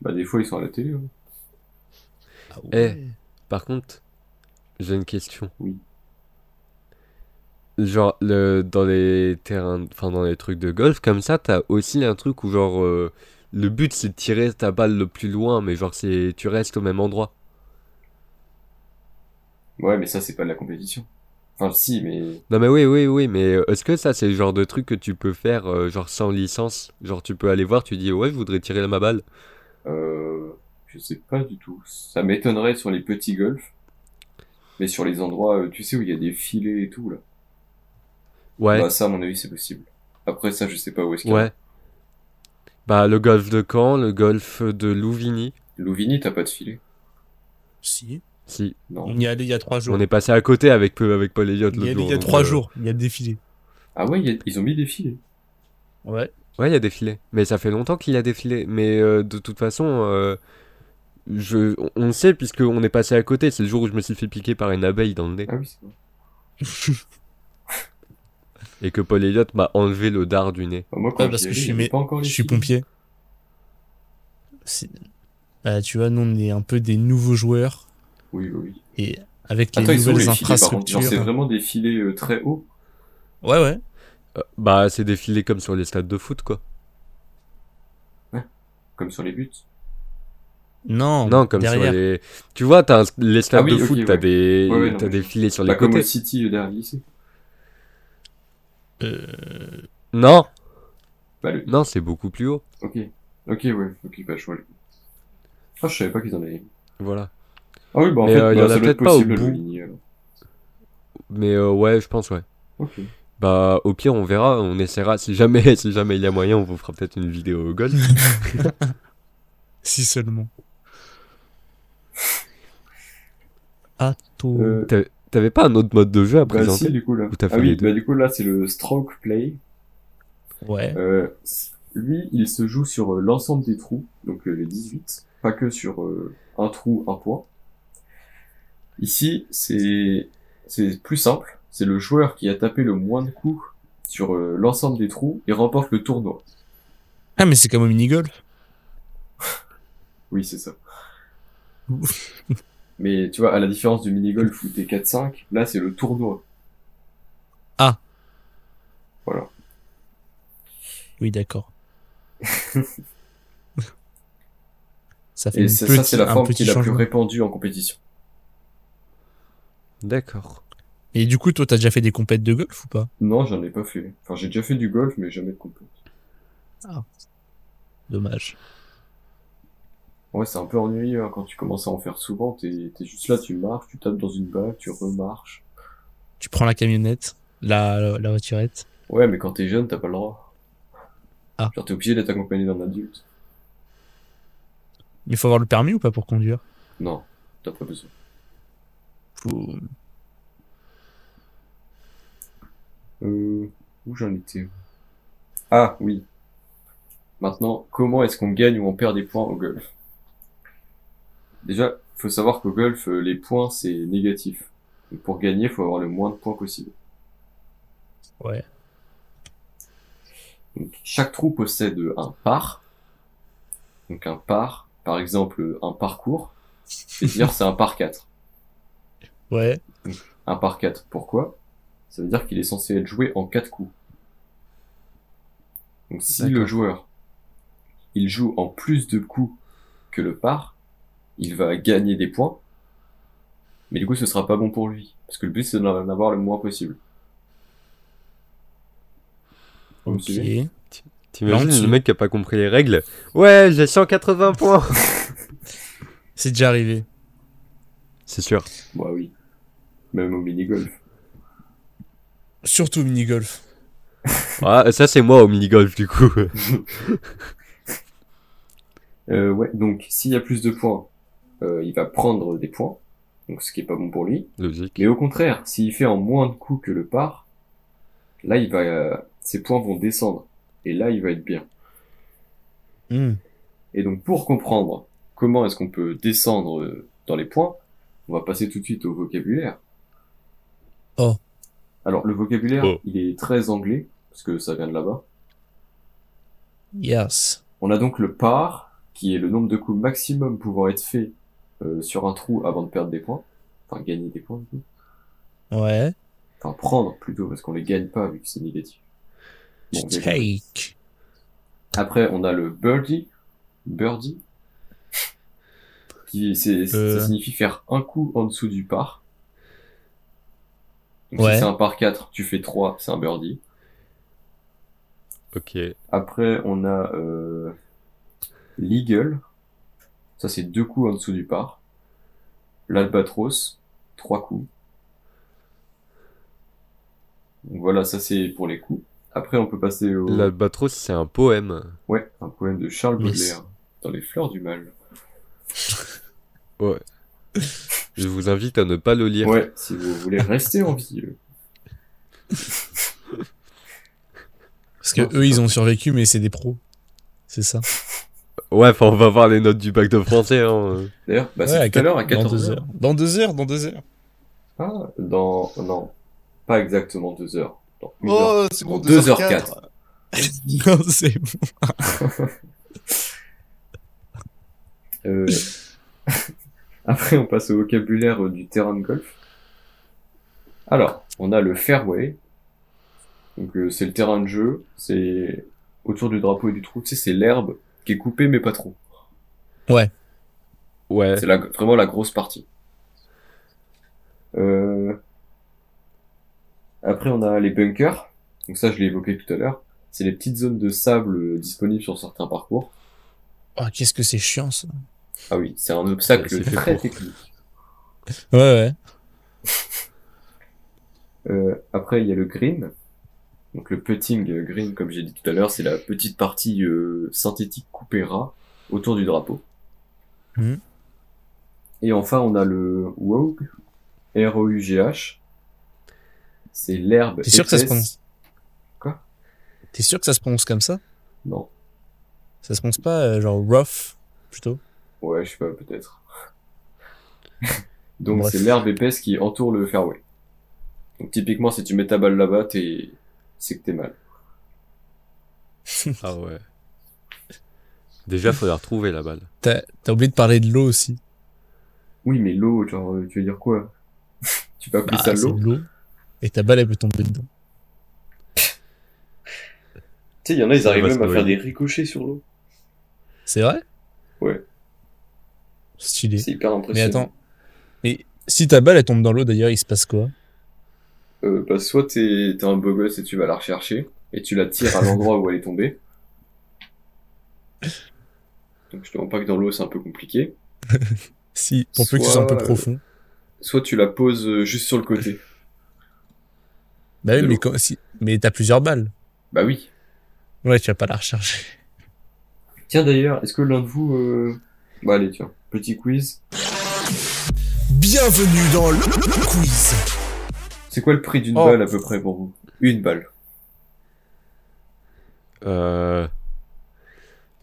Speaker 1: Bah des fois ils sont à la télé. hein.
Speaker 2: Ah
Speaker 3: Par contre, j'ai une question.
Speaker 1: Oui.
Speaker 3: Genre, le, dans les terrains, enfin, dans les trucs de golf, comme ça, t'as aussi un truc où, genre, euh, le but c'est de tirer ta balle le plus loin, mais genre, c'est, tu restes au même endroit.
Speaker 1: Ouais, mais ça c'est pas de la compétition. Enfin si, mais
Speaker 3: Non, mais oui, oui, oui, mais euh, est-ce que ça, c'est le genre de truc que tu peux faire, euh, genre, sans licence? Genre, tu peux aller voir, tu dis, ouais, je voudrais tirer ma balle.
Speaker 1: euh, je sais pas du tout. Ça m'étonnerait sur les petits golfs, mais sur les endroits, euh, tu sais où il y a des filets et tout là.
Speaker 3: Ouais,
Speaker 1: Bah ça à mon avis c'est possible. Après ça je sais pas où est-ce qu'il y a.
Speaker 3: ouais. Bah, le golf de Caen, le golf de Louvigny.
Speaker 1: Louvigny t'as pas de filet.
Speaker 2: Si.
Speaker 3: Si,
Speaker 1: Non.
Speaker 2: On y est allé il y a trois jours.
Speaker 3: on est passé à côté avec, peu- avec Paul Elliott
Speaker 2: Il y a, il
Speaker 3: l'autre jour.
Speaker 2: y a
Speaker 3: donc,
Speaker 2: trois
Speaker 3: euh,
Speaker 2: jours, il y a le défilé.
Speaker 1: Ah ouais, il y a- ils ont mis des filets.
Speaker 2: Ouais.
Speaker 3: Ouais, il y a défilé. Mais ça fait longtemps qu'il y a défilé. Mais euh, de toute façon, euh, je, on- on sait puisqu'on est passé à côté. C'est le jour où je me suis fait piquer par une abeille dans le nez.
Speaker 1: Ah oui c'est vrai.
Speaker 3: Et que Paul Elliott m'a enlevé le dard du nez.
Speaker 1: Bah, moi quand
Speaker 2: Ah, parce
Speaker 1: j'y
Speaker 2: que
Speaker 1: allais,
Speaker 2: je suis
Speaker 1: il y avait
Speaker 2: mé-
Speaker 1: pas encore les
Speaker 2: Je suis
Speaker 1: filets.
Speaker 2: pompier. C'est- Bah, tu vois, nous, on est un peu des nouveaux joueurs.
Speaker 1: Oui oui. oui.
Speaker 2: Et avec les
Speaker 1: Attends, ils sont où,
Speaker 2: nouvelles
Speaker 1: les filets, par contre Genre,
Speaker 2: infrastructures.
Speaker 1: c'est vraiment des filets euh, très hauts.
Speaker 2: Ouais, ouais.
Speaker 3: Euh, bah, c'est défilé comme sur les stades de foot, quoi.
Speaker 1: comme sur les buts.
Speaker 2: Non,
Speaker 3: Non, comme
Speaker 2: derrière.
Speaker 3: sur les. Tu vois, t'as un- les stades
Speaker 1: Ah oui,
Speaker 3: de
Speaker 1: ok,
Speaker 3: foot,
Speaker 1: ouais.
Speaker 3: t'as des,
Speaker 1: Ouais, ouais, non,
Speaker 3: t'as
Speaker 1: mais-
Speaker 3: des filets sur les
Speaker 1: Bah, comme
Speaker 3: côtés.
Speaker 1: au City euh, derrière lycée.
Speaker 2: Euh,
Speaker 3: Non,
Speaker 1: Bah, le...
Speaker 3: non, c'est beaucoup plus haut.
Speaker 1: Ok. Ok, ouais. Ok, bah, je vois le... Ah, je savais pas qu'ils en avaient.
Speaker 3: Voilà.
Speaker 1: Ah oui, bah en
Speaker 3: Mais,
Speaker 1: fait,
Speaker 3: euh, il y
Speaker 1: bah,
Speaker 3: en a
Speaker 1: ça doit être
Speaker 3: peut-être pas au
Speaker 1: possible,
Speaker 3: bout.
Speaker 1: le Ligny, alors.
Speaker 3: Mais euh, ouais, je pense, ouais.
Speaker 1: Ok.
Speaker 3: Bah, au pire, on verra, on essaiera. Si jamais, *laughs* si jamais il y a moyen, on vous fera peut-être une vidéo
Speaker 1: *laughs*
Speaker 3: au golf.
Speaker 2: Si seulement. Ah, tout.
Speaker 1: Euh,
Speaker 3: T'avais- T'avais pas un autre mode de jeu à
Speaker 1: bah
Speaker 3: présenter
Speaker 1: si, du coup, là.
Speaker 3: Ou t'as fait
Speaker 1: Ah
Speaker 3: les
Speaker 1: oui,
Speaker 3: deux
Speaker 1: bah du coup, là, c'est le stroke play.
Speaker 2: Ouais.
Speaker 1: Euh, lui, il se joue sur euh, l'ensemble des trous, donc euh, les 18, pas que sur euh, un trou, un point. Ici, c'est c'est plus simple, c'est le joueur qui a tapé le moins de coups sur euh, l'ensemble des trous et remporte le tournoi.
Speaker 2: Ah, mais c'est comme au mini-golf.
Speaker 1: Oui, c'est
Speaker 3: *laughs*
Speaker 1: ça. Mais tu vois, à la différence du mini-golf où t'es 4-5, là c'est le tournoi.
Speaker 2: Ah.
Speaker 1: Voilà. *laughs*
Speaker 2: Oui, d'accord. ça
Speaker 1: Et
Speaker 2: fait une
Speaker 1: ça, ça,
Speaker 2: petite-
Speaker 1: c'est la
Speaker 2: un
Speaker 1: forme
Speaker 2: petit
Speaker 1: qui est la plus
Speaker 2: changement.
Speaker 1: répandue en compétition.
Speaker 3: D'accord.
Speaker 2: Et du coup, toi, t'as déjà fait des compètes de golf ou pas
Speaker 1: Non, j'en ai pas fait. Enfin, j'ai déjà fait du golf, mais jamais de compétition.
Speaker 2: Dommage.
Speaker 1: Ouais, c'est un peu ennuyeux hein, quand tu commences à en faire souvent. T'es t'es juste là, tu marches, tu tapes dans une balle, tu remarches.
Speaker 2: Tu prends la camionnette, la, la, la voiturette.
Speaker 1: Ouais, mais quand t'es jeune, t'as pas le droit.
Speaker 2: Ah.
Speaker 1: Genre, t'es obligé d'être accompagné d'un adulte.
Speaker 2: Il faut avoir le permis ou pas pour conduire
Speaker 1: Non, t'as pas besoin.
Speaker 2: Faut-
Speaker 1: Euh, où j'en étais Ah, oui. Maintenant, comment est-ce qu'on gagne ou on perd des points au golf Déjà, faut savoir qu'au golf, euh, les points, c'est négatif. Et pour gagner, faut avoir le moins de points possible.
Speaker 2: Ouais.
Speaker 1: Donc, chaque trou possède un par. Donc un par, par exemple un parcours, c'est-à-dire c'est un par 4.
Speaker 2: Ouais.
Speaker 1: Un par 4, pourquoi Ça veut dire qu'il est censé être joué en 4 coups. Donc si le
Speaker 3: D'accord.
Speaker 1: joueur, il joue en plus de coups que le par, il va gagner des points, mais du coup ce sera pas bon pour lui, parce que le but c'est d'en avoir le moins possible. Vous me
Speaker 2: Ok.
Speaker 1: suivez
Speaker 3: T'imagines
Speaker 2: Lentille.
Speaker 3: le mec qui a pas compris les règles Ouais, j'ai 180
Speaker 1: *laughs*
Speaker 3: points
Speaker 2: C'est déjà arrivé.
Speaker 3: C'est sûr.
Speaker 1: Bah oui. Même au mini-golf.
Speaker 2: Surtout au mini-golf.
Speaker 3: Ah, ça, c'est moi au mini-golf, du coup. *laughs*
Speaker 1: Euh, ouais, donc s'il y a plus de points, euh, il va prendre des points, donc ce qui est pas bon pour lui.
Speaker 3: Logique.
Speaker 1: Mais au contraire, s'il fait en moins de coups que le par, là il va, euh, ses points vont descendre et là il va être bien.
Speaker 2: Hmm.
Speaker 1: Et donc pour comprendre comment est-ce qu'on peut descendre euh, dans les points, on va passer tout de suite au vocabulaire.
Speaker 2: Oh.
Speaker 1: Alors le vocabulaire,
Speaker 3: Oh.
Speaker 1: il est très anglais parce que ça vient de là-bas.
Speaker 2: Yes.
Speaker 1: On a donc le par, qui est le nombre de coups maximum pouvant être fait euh, sur un trou avant de perdre des points. Enfin, gagner des points, du coup.
Speaker 2: Ouais.
Speaker 1: Enfin, prendre, plutôt, parce qu'on les gagne pas, vu que c'est négatif. Bon,
Speaker 2: Tu
Speaker 1: on verra.
Speaker 2: take.
Speaker 1: Après, on a le birdie. Birdie. Qui, c'est, c'est-
Speaker 2: Euh.
Speaker 1: Ça signifie faire un coup en dessous du par. Donc,
Speaker 2: Ouais.
Speaker 1: si c'est un par 4, tu fais 3, c'est un birdie.
Speaker 3: Ok.
Speaker 1: Après, on a euh, l'Eagle. Ça, c'est deux coups en dessous du par. L'Albatros, trois coups. Donc voilà, ça, c'est pour les coups. Après, on peut passer au...
Speaker 3: L'albatros, c'est un poème.
Speaker 1: Ouais, un poème de Charles
Speaker 2: Mais
Speaker 1: Baudelaire. Dans les fleurs du mal.
Speaker 3: Ouais. Je vous invite à ne pas le lire.
Speaker 1: Ouais, si vous voulez rester en vie. euh.
Speaker 2: Parce que eux, ils ont survécu, mais c'est des pros. C'est ça.
Speaker 3: Ouais, enfin, on va voir les notes du bac de français. Hein.
Speaker 1: D'ailleurs, bah,
Speaker 2: Ouais,
Speaker 1: c'est tout à l'heure à
Speaker 2: Dans
Speaker 1: 14
Speaker 2: deux
Speaker 1: heures.
Speaker 2: heures. Dans deux heures, dans deux heures.
Speaker 1: Ah, dans... Non, pas exactement 2 heures. Dans une heure.
Speaker 2: Oh, c'est
Speaker 1: bon,
Speaker 2: bon,
Speaker 1: deux
Speaker 2: 2
Speaker 1: heures
Speaker 2: h
Speaker 1: quatre.
Speaker 2: 4 *laughs* Non, c'est bon.
Speaker 1: Euh, *laughs* Après, on passe au vocabulaire euh, du terrain de golf. Alors, on a le fairway. Donc, euh, c'est le terrain de jeu. C'est autour du drapeau et du trou. Tu sais, c'est l'herbe qui est coupée, mais pas trop.
Speaker 3: Ouais.
Speaker 1: C'est la, vraiment la grosse partie. Euh, Après, on a les bunkers. Donc ça, je l'ai évoqué tout à l'heure. C'est les petites zones de sable euh, disponibles sur certains parcours.
Speaker 2: Ah, qu'est-ce que c'est chiant, ça.
Speaker 1: Ah oui, c'est un obstacle
Speaker 3: C'est fait
Speaker 1: très
Speaker 3: pour.
Speaker 1: technique.
Speaker 2: Ouais, ouais.
Speaker 1: Euh, après, il y a le green. Donc le putting euh, green, comme j'ai dit tout à l'heure, c'est la petite partie euh, synthétique coupée ras autour du drapeau.
Speaker 2: Mhm.
Speaker 1: Et enfin, on a le rogue, R-O-U-G-H. C'est l'herbe.
Speaker 2: T'es sûr que ça se
Speaker 1: épaisse-
Speaker 2: prononce
Speaker 1: Quoi
Speaker 2: T'es sûr que ça se prononce comme ça
Speaker 1: Non.
Speaker 2: Ça se prononce pas euh, genre rough plutôt
Speaker 1: Ouais, je sais pas, peut-être. *laughs* Donc
Speaker 2: Bref.
Speaker 1: c'est l'herbe épaisse qui entoure le fairway. Donc typiquement, si tu mets ta balle là-bas, t'es... c'est que t'es mal.
Speaker 3: Ah ouais. Déjà, faut la retrouver la balle.
Speaker 2: T'as t'as oublié de parler de l'eau aussi.
Speaker 1: Oui, mais l'eau, genre, euh, tu veux dire quoi *laughs* Tu vas appeler
Speaker 2: Bah,
Speaker 1: ça
Speaker 2: c'est
Speaker 1: Ah, l'eau
Speaker 2: de l'eau. Et ta balle elle peut tomber dedans.
Speaker 1: Tu sais, il y en a, ils
Speaker 3: Ouais,
Speaker 1: arrivent
Speaker 3: bah,
Speaker 1: même
Speaker 3: c'est
Speaker 1: à faire des
Speaker 3: vrai.
Speaker 1: ricochets sur l'eau.
Speaker 2: C'est vrai
Speaker 1: Ouais.
Speaker 2: Stylé.
Speaker 1: C'est hyper
Speaker 2: Mais
Speaker 1: impressionnant.
Speaker 2: attends. Mais si ta balle elle tombe dans l'eau d'ailleurs, il se passe quoi
Speaker 1: Euh, bah, soit t'es, t'es un beau gosse et tu vas la rechercher, et tu la tires à l'endroit où elle est tombée. Donc je te demande pas que dans l'eau c'est un peu compliqué.
Speaker 2: Si, pour peu que ce soit un peu
Speaker 1: Soit, euh,
Speaker 2: profond.
Speaker 1: Soit tu la poses euh, juste sur le côté.
Speaker 2: Bah oui,
Speaker 1: de
Speaker 2: mais
Speaker 1: l'eau.
Speaker 2: quand- si- mais t'as plusieurs balles.
Speaker 1: Bah oui.
Speaker 2: Ouais, tu vas pas la rechercher.
Speaker 1: Tiens d'ailleurs, est-ce que l'un de vous... euh, Bah allez, tiens, petit quiz.
Speaker 2: Bienvenue dans le quiz.
Speaker 1: C'est quoi le prix d'une
Speaker 2: Oh.
Speaker 1: balle à peu près pour vous Une balle.
Speaker 3: Euh...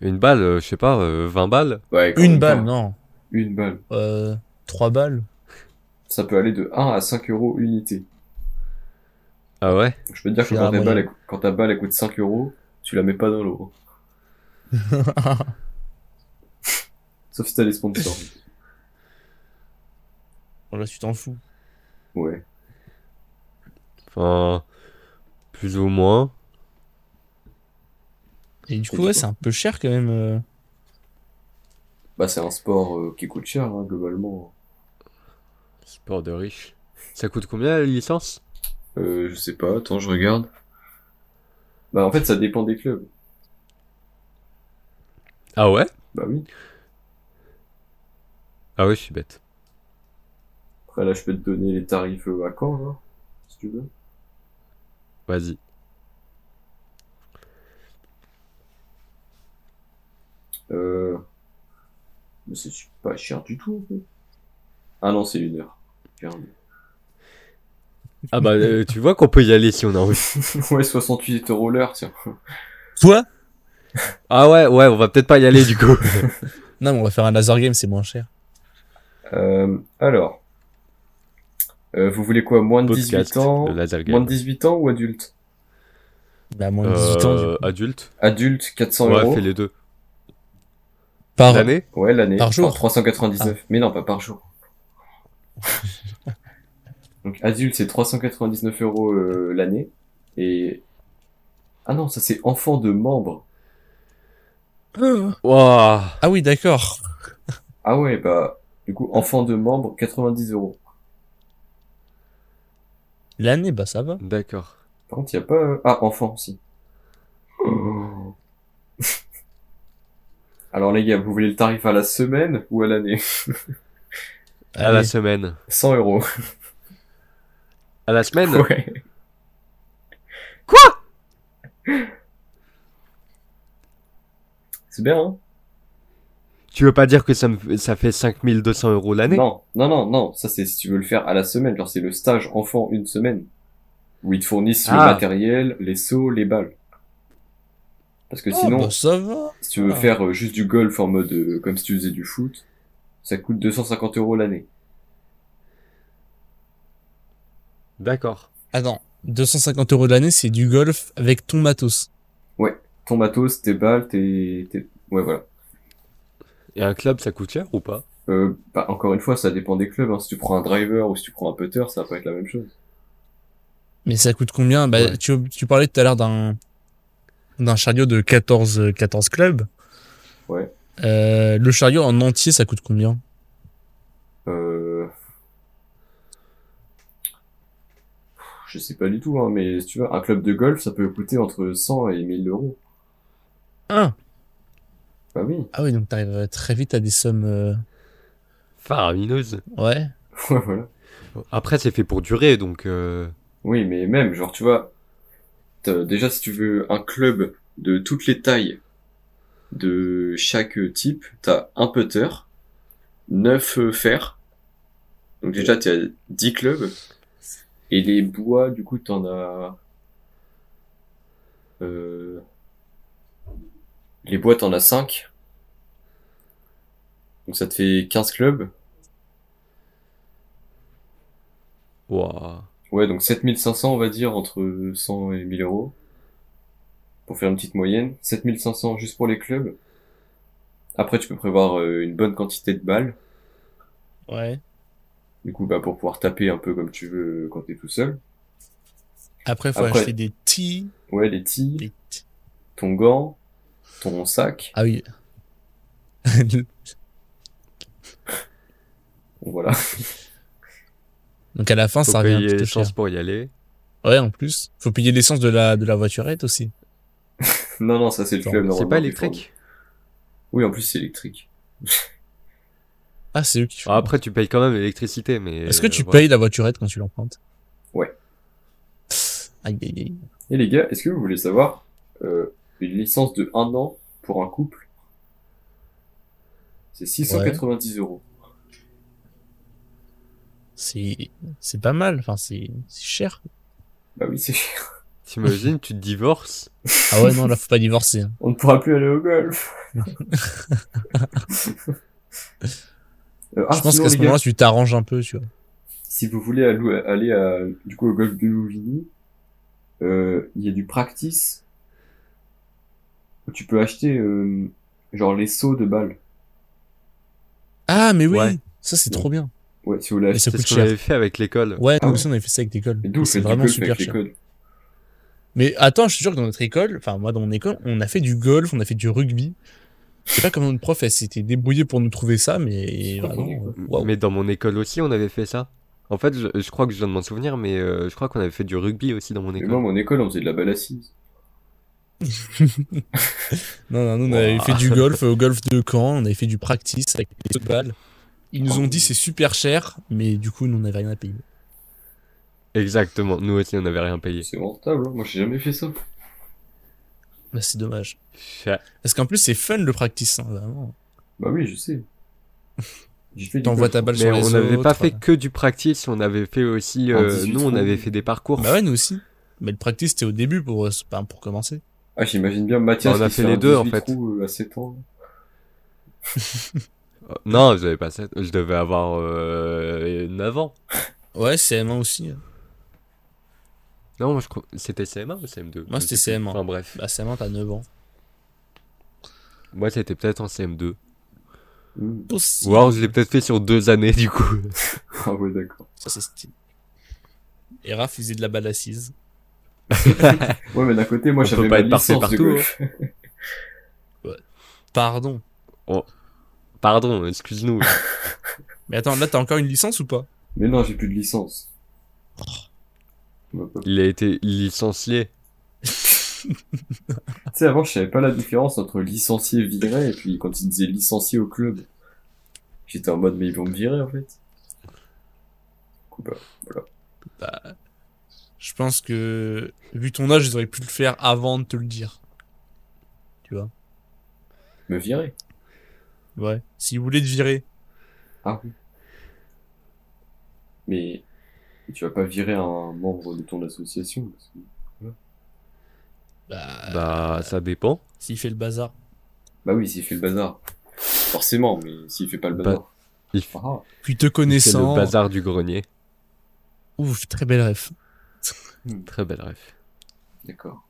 Speaker 3: Une balle, euh, je sais pas, euh, 20 balles
Speaker 1: Ouais, quand
Speaker 2: Une
Speaker 1: même
Speaker 2: balle,
Speaker 1: pas.
Speaker 2: non.
Speaker 1: Une balle.
Speaker 2: Euh, trois balles.
Speaker 1: Ça peut aller de 1 à 5 euros unité.
Speaker 3: Ah ouais
Speaker 1: Donc, je peux te dire que
Speaker 2: C'est
Speaker 1: quand,
Speaker 2: la
Speaker 1: ta balle,
Speaker 2: moyenne.
Speaker 1: elle- quand ta balle elle coûte 5 euros, tu la mets pas dans l'eau. hein. Sauf si t'as les
Speaker 3: *laughs*
Speaker 1: sponsors.
Speaker 2: Bon, là, tu t'en fous.
Speaker 1: Ouais.
Speaker 3: Enfin, plus ou moins.
Speaker 2: Et du
Speaker 1: Et
Speaker 2: coup,
Speaker 1: du
Speaker 2: ouais,
Speaker 1: coup
Speaker 2: c'est un peu cher quand même. euh.
Speaker 1: Bah c'est un sport euh, qui coûte cher hein, globalement.
Speaker 3: Sport de riche. Ça coûte combien la licence
Speaker 1: Euh, je sais pas, attends, je regarde. Bah en fait ça dépend des clubs.
Speaker 3: Ah ouais
Speaker 1: Bah oui.
Speaker 3: Ah ouais, je suis bête.
Speaker 1: Après là je peux te donner les tarifs euh, à Caen, là, si tu veux.
Speaker 3: Vas-y.
Speaker 1: Euh... Mais c'est pas cher du tout en fait. Ah non c'est une heure.
Speaker 3: *laughs*
Speaker 1: Merde.
Speaker 3: Ah bah, euh, tu vois qu'on peut y aller si on a envie.
Speaker 1: ouais 68 euros l'heure tiens.
Speaker 2: Toi
Speaker 3: Ah ouais, ouais, on va peut-être pas y aller du coup.
Speaker 2: Non, mais on va faire un laser game, c'est moins cher.
Speaker 1: Euh, alors. Euh, vous voulez quoi Moins de 18
Speaker 3: Podcast
Speaker 1: ans
Speaker 3: de Laser Game.
Speaker 1: Moins de 18 ans ou adulte
Speaker 2: Bah, moins de 18 ans.
Speaker 3: Euh,
Speaker 2: du coup.
Speaker 3: adulte
Speaker 1: Adulte 400
Speaker 3: Ouais,
Speaker 1: euros. Ah.
Speaker 3: fais les deux.
Speaker 2: Par
Speaker 3: L'année
Speaker 1: Ouais, l'année.
Speaker 2: Par jour Ah.
Speaker 1: 399. Mais non, pas par
Speaker 2: *laughs*
Speaker 1: jour. Donc, adulte, c'est 399 euros euh, l'année. Et. Ah non, ça, c'est enfant de membre.
Speaker 3: Waouh
Speaker 2: Ah oui, d'accord.
Speaker 1: Ah ouais, bah, du coup, enfant de membre, 90 euros.
Speaker 2: L'année, bah ça va.
Speaker 3: D'accord.
Speaker 1: Par contre, il a pas. euh, Ah, enfant,
Speaker 2: *laughs*
Speaker 1: si. Oh. Alors, les gars, vous voulez le tarif à la semaine ou à l'année
Speaker 3: À la
Speaker 2: Allez.
Speaker 3: semaine.
Speaker 1: 100 euros.
Speaker 3: À la semaine
Speaker 1: Ouais.
Speaker 3: Quoi
Speaker 1: C'est bien, hein
Speaker 3: Tu veux pas dire que ça, me, fait- ça fait 5200 euros
Speaker 2: Ah,
Speaker 3: l'année
Speaker 1: Non, non, non, non. Ça, c'est si tu veux le faire à la semaine. Genre, c'est le stage enfant une semaine. Où ils te fournissent le
Speaker 3: Ah.
Speaker 1: matériel, les seaux, les balles. Parce que
Speaker 2: Ah,
Speaker 1: sinon,
Speaker 2: bah, ça va.
Speaker 1: si tu veux
Speaker 2: ah.
Speaker 1: faire euh, juste du golf en mode euh, comme si tu faisais du foot, ça coûte 250 euros l'année.
Speaker 3: D'accord.
Speaker 2: Attends, 250 euros de l'année, c'est du golf avec ton matos.
Speaker 1: Ton matos, tes balles, tes... tes- Ouais, voilà.
Speaker 3: Et un club, ça coûte cher ou pas
Speaker 1: Euh, bah, encore une fois, ça dépend des clubs. Hein. Si tu prends un driver ou si tu prends un putter, ça va pas être la même chose.
Speaker 2: Mais ça coûte combien Bah,
Speaker 3: Ouais.
Speaker 2: tu, tu parlais tout à l'heure d'un d'un chariot de 14, euh, 14 clubs.
Speaker 1: Ouais.
Speaker 2: Euh, le chariot en entier, ça coûte combien
Speaker 1: Euh... Je sais pas du tout, hein, mais si tu vois, un club de golf, ça peut coûter entre 100 et 1000 euros.
Speaker 2: Un.
Speaker 1: Bah oui. *laughs*
Speaker 2: Ah oui, donc t'arrives euh, très vite à des sommes. euh,
Speaker 3: Faramineuse.
Speaker 2: Ouais.
Speaker 1: Ouais, voilà.
Speaker 3: Après, c'est fait pour durer, donc. euh,
Speaker 1: Oui, mais même, genre, tu vois, t'as- déjà, si tu veux un club de toutes les tailles de chaque euh, type, t'as un putter, 9 fers. Donc déjà, t'as 10 clubs. Et les bois, du coup, t'en as... Euh... Les bois, t'en as 5. Donc ça te fait 15 clubs.
Speaker 3: Ouah.
Speaker 1: Ouais, donc 7500, on va dire, entre 100 et 1000 euros. Pour faire une petite moyenne. 7500 juste pour les clubs. Après, tu peux prévoir euh, une bonne quantité de balles.
Speaker 2: Ouais.
Speaker 1: Du coup, bah, pour pouvoir taper un peu comme tu veux euh, quand t'es tout seul.
Speaker 2: Après, faut
Speaker 1: Après-
Speaker 2: acheter des tis.
Speaker 1: Ouais, les tilles,
Speaker 2: des tis.
Speaker 1: ton gant, ton sac.
Speaker 2: Ah
Speaker 3: *laughs*
Speaker 2: oui.
Speaker 1: Bon, Voilà. *laughs*
Speaker 2: Donc à la fin,
Speaker 3: Faut
Speaker 2: ça revient
Speaker 3: payer
Speaker 2: un peu cher.
Speaker 3: l'essence pour y aller.
Speaker 2: Ouais, en plus. Faut payer l'essence de la, de la voiturette aussi.
Speaker 1: non, non, ça c'est le
Speaker 2: Attends,
Speaker 1: club.
Speaker 3: C'est
Speaker 1: normalement,
Speaker 3: pas
Speaker 1: des
Speaker 3: électrique
Speaker 1: fois. Oui, en plus c'est électrique.
Speaker 2: Ah, c'est eux qui font.
Speaker 3: Ah, Après, tu payes quand même l'électricité, mais.
Speaker 2: Est-ce que tu
Speaker 3: euh, ouais.
Speaker 2: payes la voiturette quand tu l'empruntes
Speaker 1: Ouais.
Speaker 2: Aïe, aïe, aïe.
Speaker 1: Et les gars, est-ce que vous voulez savoir euh, une licence de un an pour un couple C'est 690 euros.
Speaker 2: C'est, c'est pas mal. Enfin, c'est, c'est cher.
Speaker 1: Bah oui, c'est cher.
Speaker 3: *laughs* T'imagines, tu te divorces
Speaker 2: Ah ouais, non, là, faut pas divorcer. hein.
Speaker 1: On ne pourra plus aller au
Speaker 2: *laughs*
Speaker 1: golf. Euh, *laughs* ah,
Speaker 2: Je pense
Speaker 1: sinon,
Speaker 2: qu'à ce
Speaker 1: les gars,
Speaker 2: moment-là, tu t'arranges un peu, tu vois.
Speaker 1: si vous voulez allou- aller à, du coup, au golf de Louvigny, euh, il y a du practice où tu peux acheter euh, genre les sauts de balles.
Speaker 2: Ah, mais oui.
Speaker 3: Ouais.
Speaker 2: Ça, c'est trop bien.
Speaker 1: Ouais, si vous voulez
Speaker 2: Mais
Speaker 1: acheter.
Speaker 2: ça
Speaker 3: C'est
Speaker 2: coûte
Speaker 3: ce qu'on
Speaker 2: cher.
Speaker 3: avait fait avec l'école.
Speaker 2: Ouais,
Speaker 1: Ah
Speaker 2: nous
Speaker 1: ouais.
Speaker 2: aussi, on avait fait ça avec l'école.
Speaker 1: Et d'où vous
Speaker 2: C'est
Speaker 1: faites du
Speaker 2: vraiment
Speaker 1: golf
Speaker 2: super
Speaker 1: avec les
Speaker 2: cher.
Speaker 1: codes.
Speaker 2: Mais attends, je te jure que dans notre école, enfin moi dans mon école, on a fait du golf, on a fait du rugby. Je sais pas comment notre prof elle s'était débrouillée pour nous trouver ça, mais
Speaker 1: pas
Speaker 2: vraiment,
Speaker 1: mon
Speaker 2: euh, waouh.
Speaker 3: Mais dans mon école aussi, on avait fait ça. En fait, je, je crois que je viens de m'en souvenir, mais euh, je crois qu'on avait fait du rugby aussi dans mon
Speaker 1: Et
Speaker 3: école.
Speaker 1: moi, mon école, on faisait de la balle assise.
Speaker 2: Non, non, nous on
Speaker 3: Waouh.
Speaker 2: avait fait du golf euh, au golf de Caen, on avait fait du practice avec des sauts de balles. Ils
Speaker 1: Oh.
Speaker 2: nous ont dit c'est super cher, mais du coup nous on n'avait rien à payer.
Speaker 3: Exactement, nous aussi, on n'avait rien payé.
Speaker 1: C'est rentable, hein. moi j'ai jamais fait ça.
Speaker 2: Bah, c'est dommage. Parce qu'en plus c'est fun le practice, hein, vraiment.
Speaker 1: Bah oui, je sais. J'ai fait du
Speaker 2: T'envoies
Speaker 1: golf,
Speaker 2: ta
Speaker 1: hein.
Speaker 2: balle
Speaker 3: Mais
Speaker 2: sur les
Speaker 3: on n'avait pas
Speaker 2: autres. hein.
Speaker 3: fait que du practice, on avait fait aussi.
Speaker 1: En
Speaker 3: euh,
Speaker 1: 18
Speaker 3: nous, on
Speaker 1: trous.
Speaker 3: avait fait des parcours.
Speaker 2: Bah ouais nous aussi. Mais le practice c'était au début pour euh, c'est pas pour commencer.
Speaker 1: Ah, j'imagine bien Mathias
Speaker 3: On a
Speaker 1: qui
Speaker 3: fait
Speaker 1: se
Speaker 3: les
Speaker 1: un
Speaker 3: deux, en
Speaker 1: 18
Speaker 3: fait.
Speaker 1: trous, euh, à 7 ans.
Speaker 3: Euh, Non, j'avais pas ça. Je devais avoir euh, 9 ans.
Speaker 2: Ouais CM1 aussi. hein.
Speaker 3: Non, moi, je crois. C'était CM1 ou CM2
Speaker 2: Moi,
Speaker 3: Je
Speaker 2: c'était
Speaker 3: sais plus.
Speaker 2: CM1.
Speaker 3: Enfin, bref.
Speaker 2: Bah CM1 t'as 9 ans.
Speaker 3: Moi, c'était peut-être en CM2.
Speaker 1: Hmm.
Speaker 2: Aussi.
Speaker 3: Ou alors, je l'ai peut-être fait sur deux années, du coup.
Speaker 1: Ah ouais, d'accord.
Speaker 2: Ça c'est stylé. Et Raph faisait de la balle assise.
Speaker 1: Ouais, mais d'un côté, moi,
Speaker 3: On
Speaker 1: j'avais
Speaker 3: peut pas
Speaker 1: ma
Speaker 3: être parfait
Speaker 1: licence de
Speaker 3: partout, hein.
Speaker 1: golf.
Speaker 2: Pardon.
Speaker 3: hein. Pardon, excuse-nous.
Speaker 2: Mais attends, là, t'as encore une licence ou pas *laughs*
Speaker 1: Mais non, j'ai plus de licence.
Speaker 2: Oh.
Speaker 1: Bah, bah. Tu
Speaker 3: Il a été licencié.
Speaker 1: sais, avant, je savais pas la différence entre licencié viré et puis quand ils disaient licencié au club, j'étais en mode, mais ils vont me virer, en fait. Du coup, bah,
Speaker 2: Je pense que, vu ton âge, ils auraient pu le faire avant de te le dire.
Speaker 1: me virer.
Speaker 2: Ouais. S'ils voulaient te virer.
Speaker 1: Ah oui. Mais tu vas pas virer un membre de ton association. parce que-
Speaker 2: Bah,
Speaker 3: Bah, ça dépend.
Speaker 2: s'il fait le bazar.
Speaker 1: Bah oui, s'il fait le bazar. Forcément, mais s'il fait pas le
Speaker 3: Bah,
Speaker 1: bazar.
Speaker 3: il f-
Speaker 1: Ah,
Speaker 2: Puis te
Speaker 3: C'est le
Speaker 2: connaissant.
Speaker 3: bazar du grenier.
Speaker 2: Ouf, très belle ref.
Speaker 3: Très belle ref.
Speaker 1: d'accord.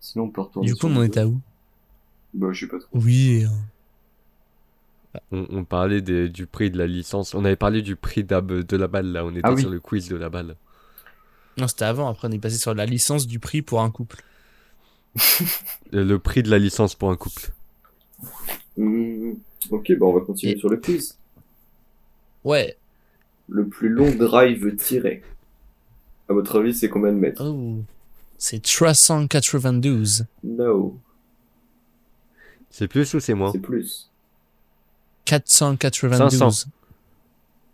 Speaker 1: Sinon, on peut retourner.
Speaker 2: Du coup,
Speaker 1: sur
Speaker 2: on
Speaker 1: le
Speaker 2: en
Speaker 1: dos.
Speaker 2: est à où
Speaker 1: Bah, je sais pas trop.
Speaker 2: Oui. hein.
Speaker 3: On, on parlait des- du prix de la licence. On avait parlé du prix d'ab- de la balle, là. On était
Speaker 1: Ah oui.
Speaker 3: sur le quiz de la balle.
Speaker 2: Non, c'était avant. Après, on est passé sur la licence du prix pour un couple.
Speaker 3: Euh, Le prix de la licence pour un couple.
Speaker 1: Hmm, Ok, bah on va continuer
Speaker 2: Et-
Speaker 1: sur le quiz.
Speaker 2: Ouais.
Speaker 1: Le plus long drive tiré. À votre avis, c'est combien de mètres
Speaker 2: Oh. C'est 392.
Speaker 1: No,
Speaker 3: C'est plus ou c'est moins
Speaker 1: c'est plus.
Speaker 2: 492.
Speaker 3: 500.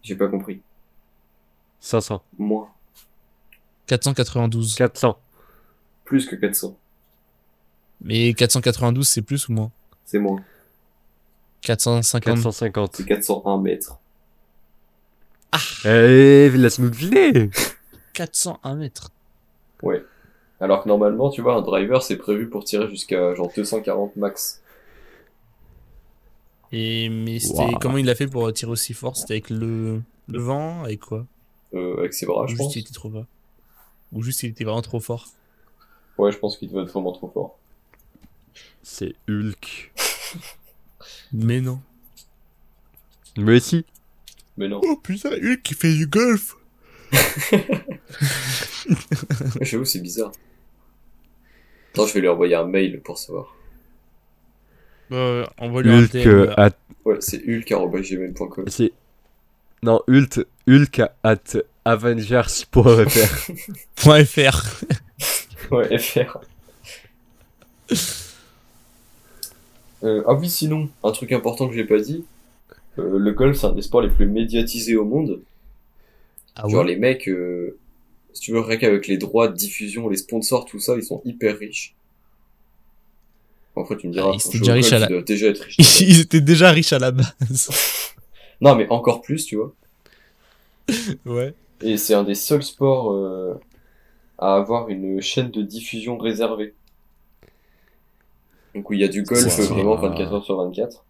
Speaker 1: J'ai pas compris.
Speaker 3: 500.
Speaker 1: Moins.
Speaker 2: 492.
Speaker 3: 400.
Speaker 1: Plus que 400.
Speaker 2: Mais 492, c'est plus ou moins
Speaker 1: C'est moins.
Speaker 2: 450.
Speaker 3: 450.
Speaker 1: C'est 401 mètres.
Speaker 3: Eh, laisse-nous deviner
Speaker 2: 401 mètres.
Speaker 1: Ouais. Alors que normalement, tu vois, un driver, c'est prévu pour tirer jusqu'à genre 240 max.
Speaker 2: Et mais c'était
Speaker 3: Waouh.
Speaker 2: comment il l'a fait pour tirer aussi fort C'était avec le, le vent avec quoi
Speaker 1: Euh, avec ses bras,
Speaker 2: Ou
Speaker 1: je
Speaker 2: juste
Speaker 1: pense.
Speaker 2: il était trop bas. Ou juste il était vraiment trop fort.
Speaker 1: Ouais, je pense qu'il devait être vraiment trop fort.
Speaker 3: C'est Hulk.
Speaker 2: Mais non.
Speaker 3: Mais si
Speaker 1: Mais
Speaker 2: *laughs*
Speaker 1: non.
Speaker 2: Oh putain, Hulk qui fait du golf
Speaker 1: J'avoue, c'est bizarre. Attends, je vais lui envoyer un mail pour savoir.
Speaker 2: euh, On va lui
Speaker 3: Hulk
Speaker 2: un E
Speaker 3: euh,
Speaker 2: thème.
Speaker 3: at...
Speaker 1: Ouais, c'est hulk.gmail.com.
Speaker 3: C'est... Non, Hulk, Hulk at *laughs* avengers.fr.
Speaker 2: Point .fr.
Speaker 1: Ouais, FR. Euh, ah oui, sinon, un truc important que j'ai pas dit. euh, le golf, c'est un des sports les plus médiatisés au monde.
Speaker 2: Ah
Speaker 1: Genre
Speaker 2: ouais
Speaker 1: les mecs, euh, si tu veux, rien qu'avec les droits de diffusion, les sponsors, tout ça, ils sont hyper riches. En fait, tu me diras,
Speaker 2: Ah, ils
Speaker 1: pour
Speaker 2: étaient
Speaker 1: jouer au
Speaker 2: déjà riches
Speaker 1: golf,
Speaker 2: à la-
Speaker 1: ils doivent déjà être riches.
Speaker 2: *laughs* Ils étaient déjà riches à la base. *laughs*
Speaker 1: non, mais encore plus, tu vois.
Speaker 2: ouais.
Speaker 1: Et c'est un des seuls sports euh, à avoir une chaîne de diffusion réservée. Donc où il y a du golf
Speaker 2: C'est
Speaker 1: euh, vraiment
Speaker 3: ça.
Speaker 1: 24h sur 24.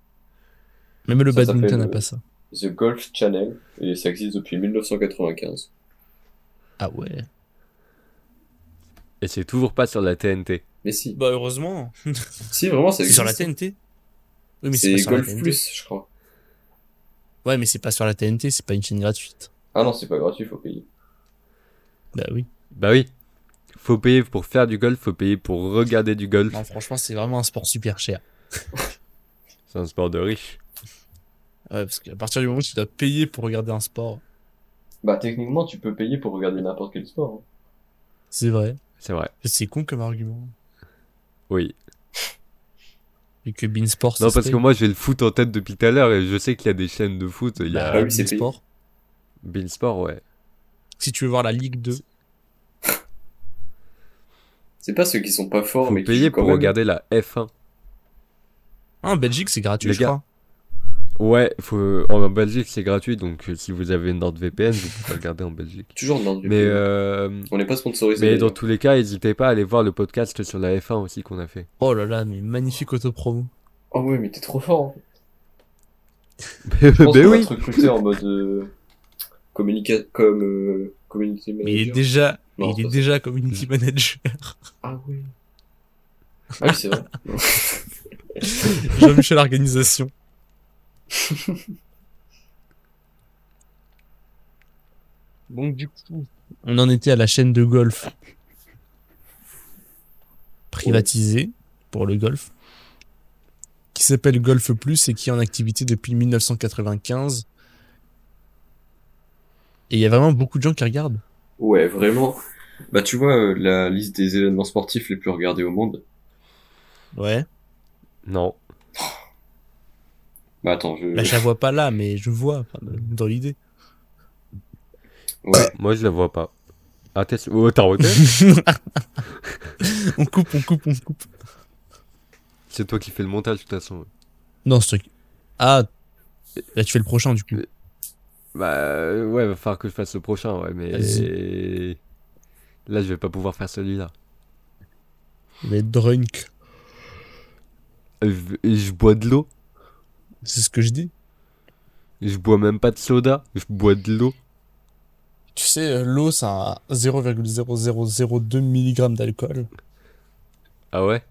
Speaker 2: Même le
Speaker 1: Ça s'appelle,
Speaker 2: badminton n'a
Speaker 1: euh,
Speaker 2: pas ça.
Speaker 1: The Golf Channel, et ça existe depuis 1995.
Speaker 2: Ah ouais.
Speaker 3: Et c'est toujours pas sur la TNT.
Speaker 1: Mais si,
Speaker 2: Bah heureusement.
Speaker 1: si vraiment ça
Speaker 2: C'est
Speaker 1: existe.
Speaker 2: sur la TNT Oui mais
Speaker 1: C'est
Speaker 2: c'est pas sur la
Speaker 1: Golf
Speaker 2: TNT.
Speaker 1: Plus, je crois.
Speaker 2: Ouais mais c'est pas sur la TNT, c'est pas une chaîne gratuite.
Speaker 1: Ah non, c'est pas gratuit, faut payer.
Speaker 2: Bah oui.
Speaker 3: Bah oui. Faut payer pour faire du golf, faut payer pour regarder du golf.
Speaker 2: Non franchement c'est vraiment un sport super cher.
Speaker 3: C'est un sport de riche.
Speaker 2: Ouais parce qu'à partir du moment où tu dois payer pour regarder un sport,
Speaker 1: Bah techniquement tu peux payer pour regarder n'importe quel sport. hein.
Speaker 2: c'est vrai.
Speaker 3: C'est vrai.
Speaker 2: C'est con comme argument.
Speaker 3: Oui.
Speaker 2: Et que Beansport
Speaker 3: Non, parce que moi j'ai le foot en tête depuis tout à l'heure et je sais qu'il y a des chaînes de foot. Il y a
Speaker 1: Bah oui, c'est
Speaker 2: Beansport.
Speaker 3: Beansport, ouais.
Speaker 2: Si tu veux voir la Ligue 2,
Speaker 1: C'est pas ceux qui sont pas forts
Speaker 3: Faut
Speaker 1: Oh, mais qui
Speaker 3: payer
Speaker 1: jouent quand
Speaker 3: pour
Speaker 1: même.
Speaker 3: regarder la F1.
Speaker 2: ah, en Belgique c'est gratuit
Speaker 3: Les
Speaker 2: je
Speaker 3: gars.
Speaker 2: crois.
Speaker 3: Ouais, faut... en Belgique c'est gratuit donc euh, si vous avez NordVPN, vous pouvez regarder en Belgique.
Speaker 1: Toujours dans le
Speaker 3: Mais, euh,
Speaker 1: on n'est pas sponsorisé.
Speaker 3: mais dans
Speaker 1: d'ailleurs.
Speaker 3: tous les cas, n'hésitez pas à aller voir le podcast sur la F1 aussi qu'on a fait.
Speaker 2: Oh là là mais magnifique autopromo.
Speaker 1: Oh ouais mais t'es trop
Speaker 2: *laughs*
Speaker 1: fort. Hein. *laughs*
Speaker 3: Mais,
Speaker 1: Je pense qu'on va
Speaker 3: oui
Speaker 1: te recruter en mode euh, communica comme euh, community
Speaker 2: Mais il est
Speaker 1: manager.
Speaker 2: déjà
Speaker 1: Non,
Speaker 2: il est
Speaker 1: ça,
Speaker 2: déjà community manager. *laughs*
Speaker 1: Ah oui. Ah oui c'est vrai.
Speaker 2: Jean-Michel Organisation. *laughs* Donc du coup, on en était à la chaîne de golf privatisée pour le golf, qui s'appelle Golf Plus et qui est en activité depuis 1995. Et il y a vraiment beaucoup de gens qui regardent.
Speaker 1: ouais vraiment. Bah tu vois euh, la liste des événements sportifs les plus regardés au monde.
Speaker 2: Ouais.
Speaker 3: Non.
Speaker 1: Bah attends je.
Speaker 2: Bah, je la vois pas là, mais je vois enfin, dans l'idée.
Speaker 1: Ouais.
Speaker 3: Moi je la vois pas. Ah, t'es... Oh, t'as regardé *laughs*
Speaker 2: on coupe, on coupe, on coupe.
Speaker 3: C'est toi qui fais le montage de toute façon.
Speaker 2: Non, ce truc. Ah, là tu fais le prochain du coup.
Speaker 3: Bah euh, ouais, va falloir que je fasse le prochain, ouais, mais... Là je vais pas pouvoir faire celui-là.
Speaker 2: Mais drunk,
Speaker 3: Euh, Je, je bois de l'eau,
Speaker 2: c'est ce que je dis.
Speaker 3: je bois même pas de soda, je bois de l'eau.
Speaker 2: Tu sais, euh, l'eau, c'est un 0,0002 mg d'alcool.
Speaker 3: Ah ouais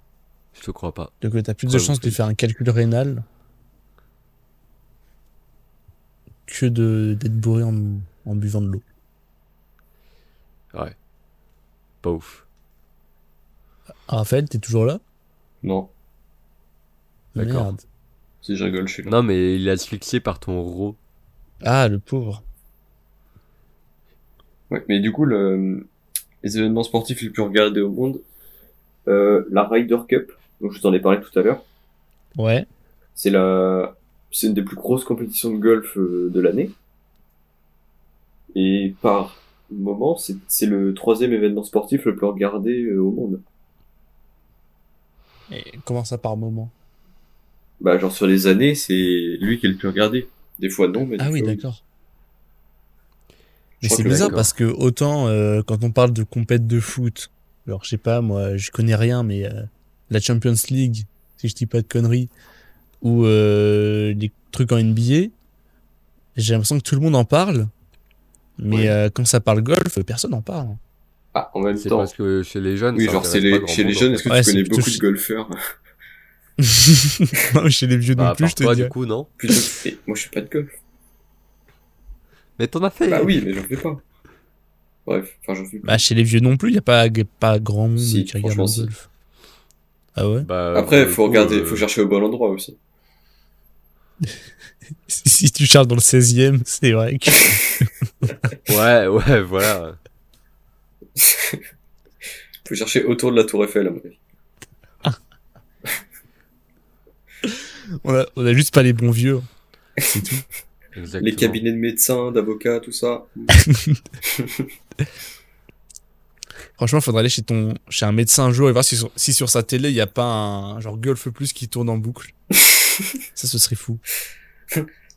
Speaker 3: Je te crois pas.
Speaker 2: Donc, euh, t'as plus de
Speaker 3: Ouais,
Speaker 2: chances
Speaker 3: donc,
Speaker 2: de faire un calcul rénal que de d'être bourré en, en buvant de l'eau.
Speaker 3: Ouais. Pas ouf.
Speaker 2: Ah, Raphaël, t'es toujours là
Speaker 1: Non
Speaker 3: D'accord.
Speaker 2: Merde.
Speaker 1: si je rigole je suis là.
Speaker 3: Non mais il est asphyxié par ton ro.
Speaker 2: Ah, le pauvre.
Speaker 1: Ouais, mais du coup, le, les événements sportifs les plus regardés au monde, euh, la Ryder Cup, donc je vous en ai parlé tout à l'heure,
Speaker 2: Ouais.
Speaker 1: c'est la, c'est une des plus grosses compétitions de golf euh, de l'année. Et par moment, c'est c'est le troisième événement sportif le plus regardé euh, au monde.
Speaker 2: Et comment ça par moment
Speaker 1: Bah, genre sur les années, c'est lui qui est le plus regardé. Des fois non, mais des
Speaker 2: Ah oui,
Speaker 1: fois,
Speaker 2: d'accord. Mais
Speaker 1: crois
Speaker 2: c'est
Speaker 1: que-
Speaker 2: bizarre
Speaker 3: d'accord.
Speaker 2: parce que autant euh, quand on parle de compète de foot, alors je sais pas, moi je connais rien, mais euh, la Champions League, si je dis pas de conneries, ou euh, des trucs en NBA, j'ai l'impression que tout le monde en parle, mais
Speaker 1: Ouais.
Speaker 2: euh, quand ça parle golf, personne
Speaker 1: *laughs*
Speaker 2: en parle. hein.
Speaker 1: Ah, en même
Speaker 3: C'est
Speaker 1: temps.
Speaker 3: parce que chez les jeunes.
Speaker 1: Oui,
Speaker 3: ça
Speaker 1: genre c'est
Speaker 3: intéresse pas
Speaker 1: les,
Speaker 3: grand
Speaker 1: chez les
Speaker 3: monde, en
Speaker 1: jeunes,
Speaker 3: fait.
Speaker 1: est-ce que
Speaker 2: Ouais,
Speaker 1: tu
Speaker 2: c'est
Speaker 1: connais
Speaker 2: plutôt
Speaker 1: beaucoup de
Speaker 2: chi-
Speaker 1: golfeurs
Speaker 2: *laughs*
Speaker 1: *laughs*
Speaker 2: non, mais chez les vieux
Speaker 3: Bah,
Speaker 2: non
Speaker 3: à
Speaker 2: plus,
Speaker 3: part
Speaker 2: je te
Speaker 3: toi,
Speaker 2: dis.
Speaker 3: du coup, non.
Speaker 1: Putain, mais moi je suis pas de golf.
Speaker 3: Mais t'en as
Speaker 1: *laughs*
Speaker 3: fait.
Speaker 1: Bah oui, mais j'en fais pas. Bref, enfin j'en fais pas.
Speaker 2: Bah, chez les vieux non plus, il n'y a pas, pas grand monde
Speaker 1: Si,
Speaker 2: qui regarde
Speaker 1: franchement,
Speaker 2: le
Speaker 1: si.
Speaker 2: golf. Ah ouais *laughs*
Speaker 3: Bah,
Speaker 1: Après,
Speaker 3: pour le
Speaker 1: faut
Speaker 3: coup,
Speaker 1: regarder,
Speaker 3: euh,
Speaker 1: faut chercher au bon endroit aussi.
Speaker 2: si, si tu charges dans le 16 e c'est vrai que.
Speaker 3: Ouais,
Speaker 1: *laughs*
Speaker 3: ouais, voilà.
Speaker 1: faut chercher autour de la Tour Eiffel, à mon avis.
Speaker 2: On a, on a juste pas les bons vieux.
Speaker 1: Les
Speaker 3: Exactement.
Speaker 1: cabinets de médecins, d'avocats, tout
Speaker 3: *laughs*
Speaker 1: ça.
Speaker 2: Franchement, faudrait aller chez ton, chez un médecin un jour et voir si sur, si sur sa télé il y a pas un genre Golf Plus qui tourne en *laughs* boucle. Ça, ce serait fou.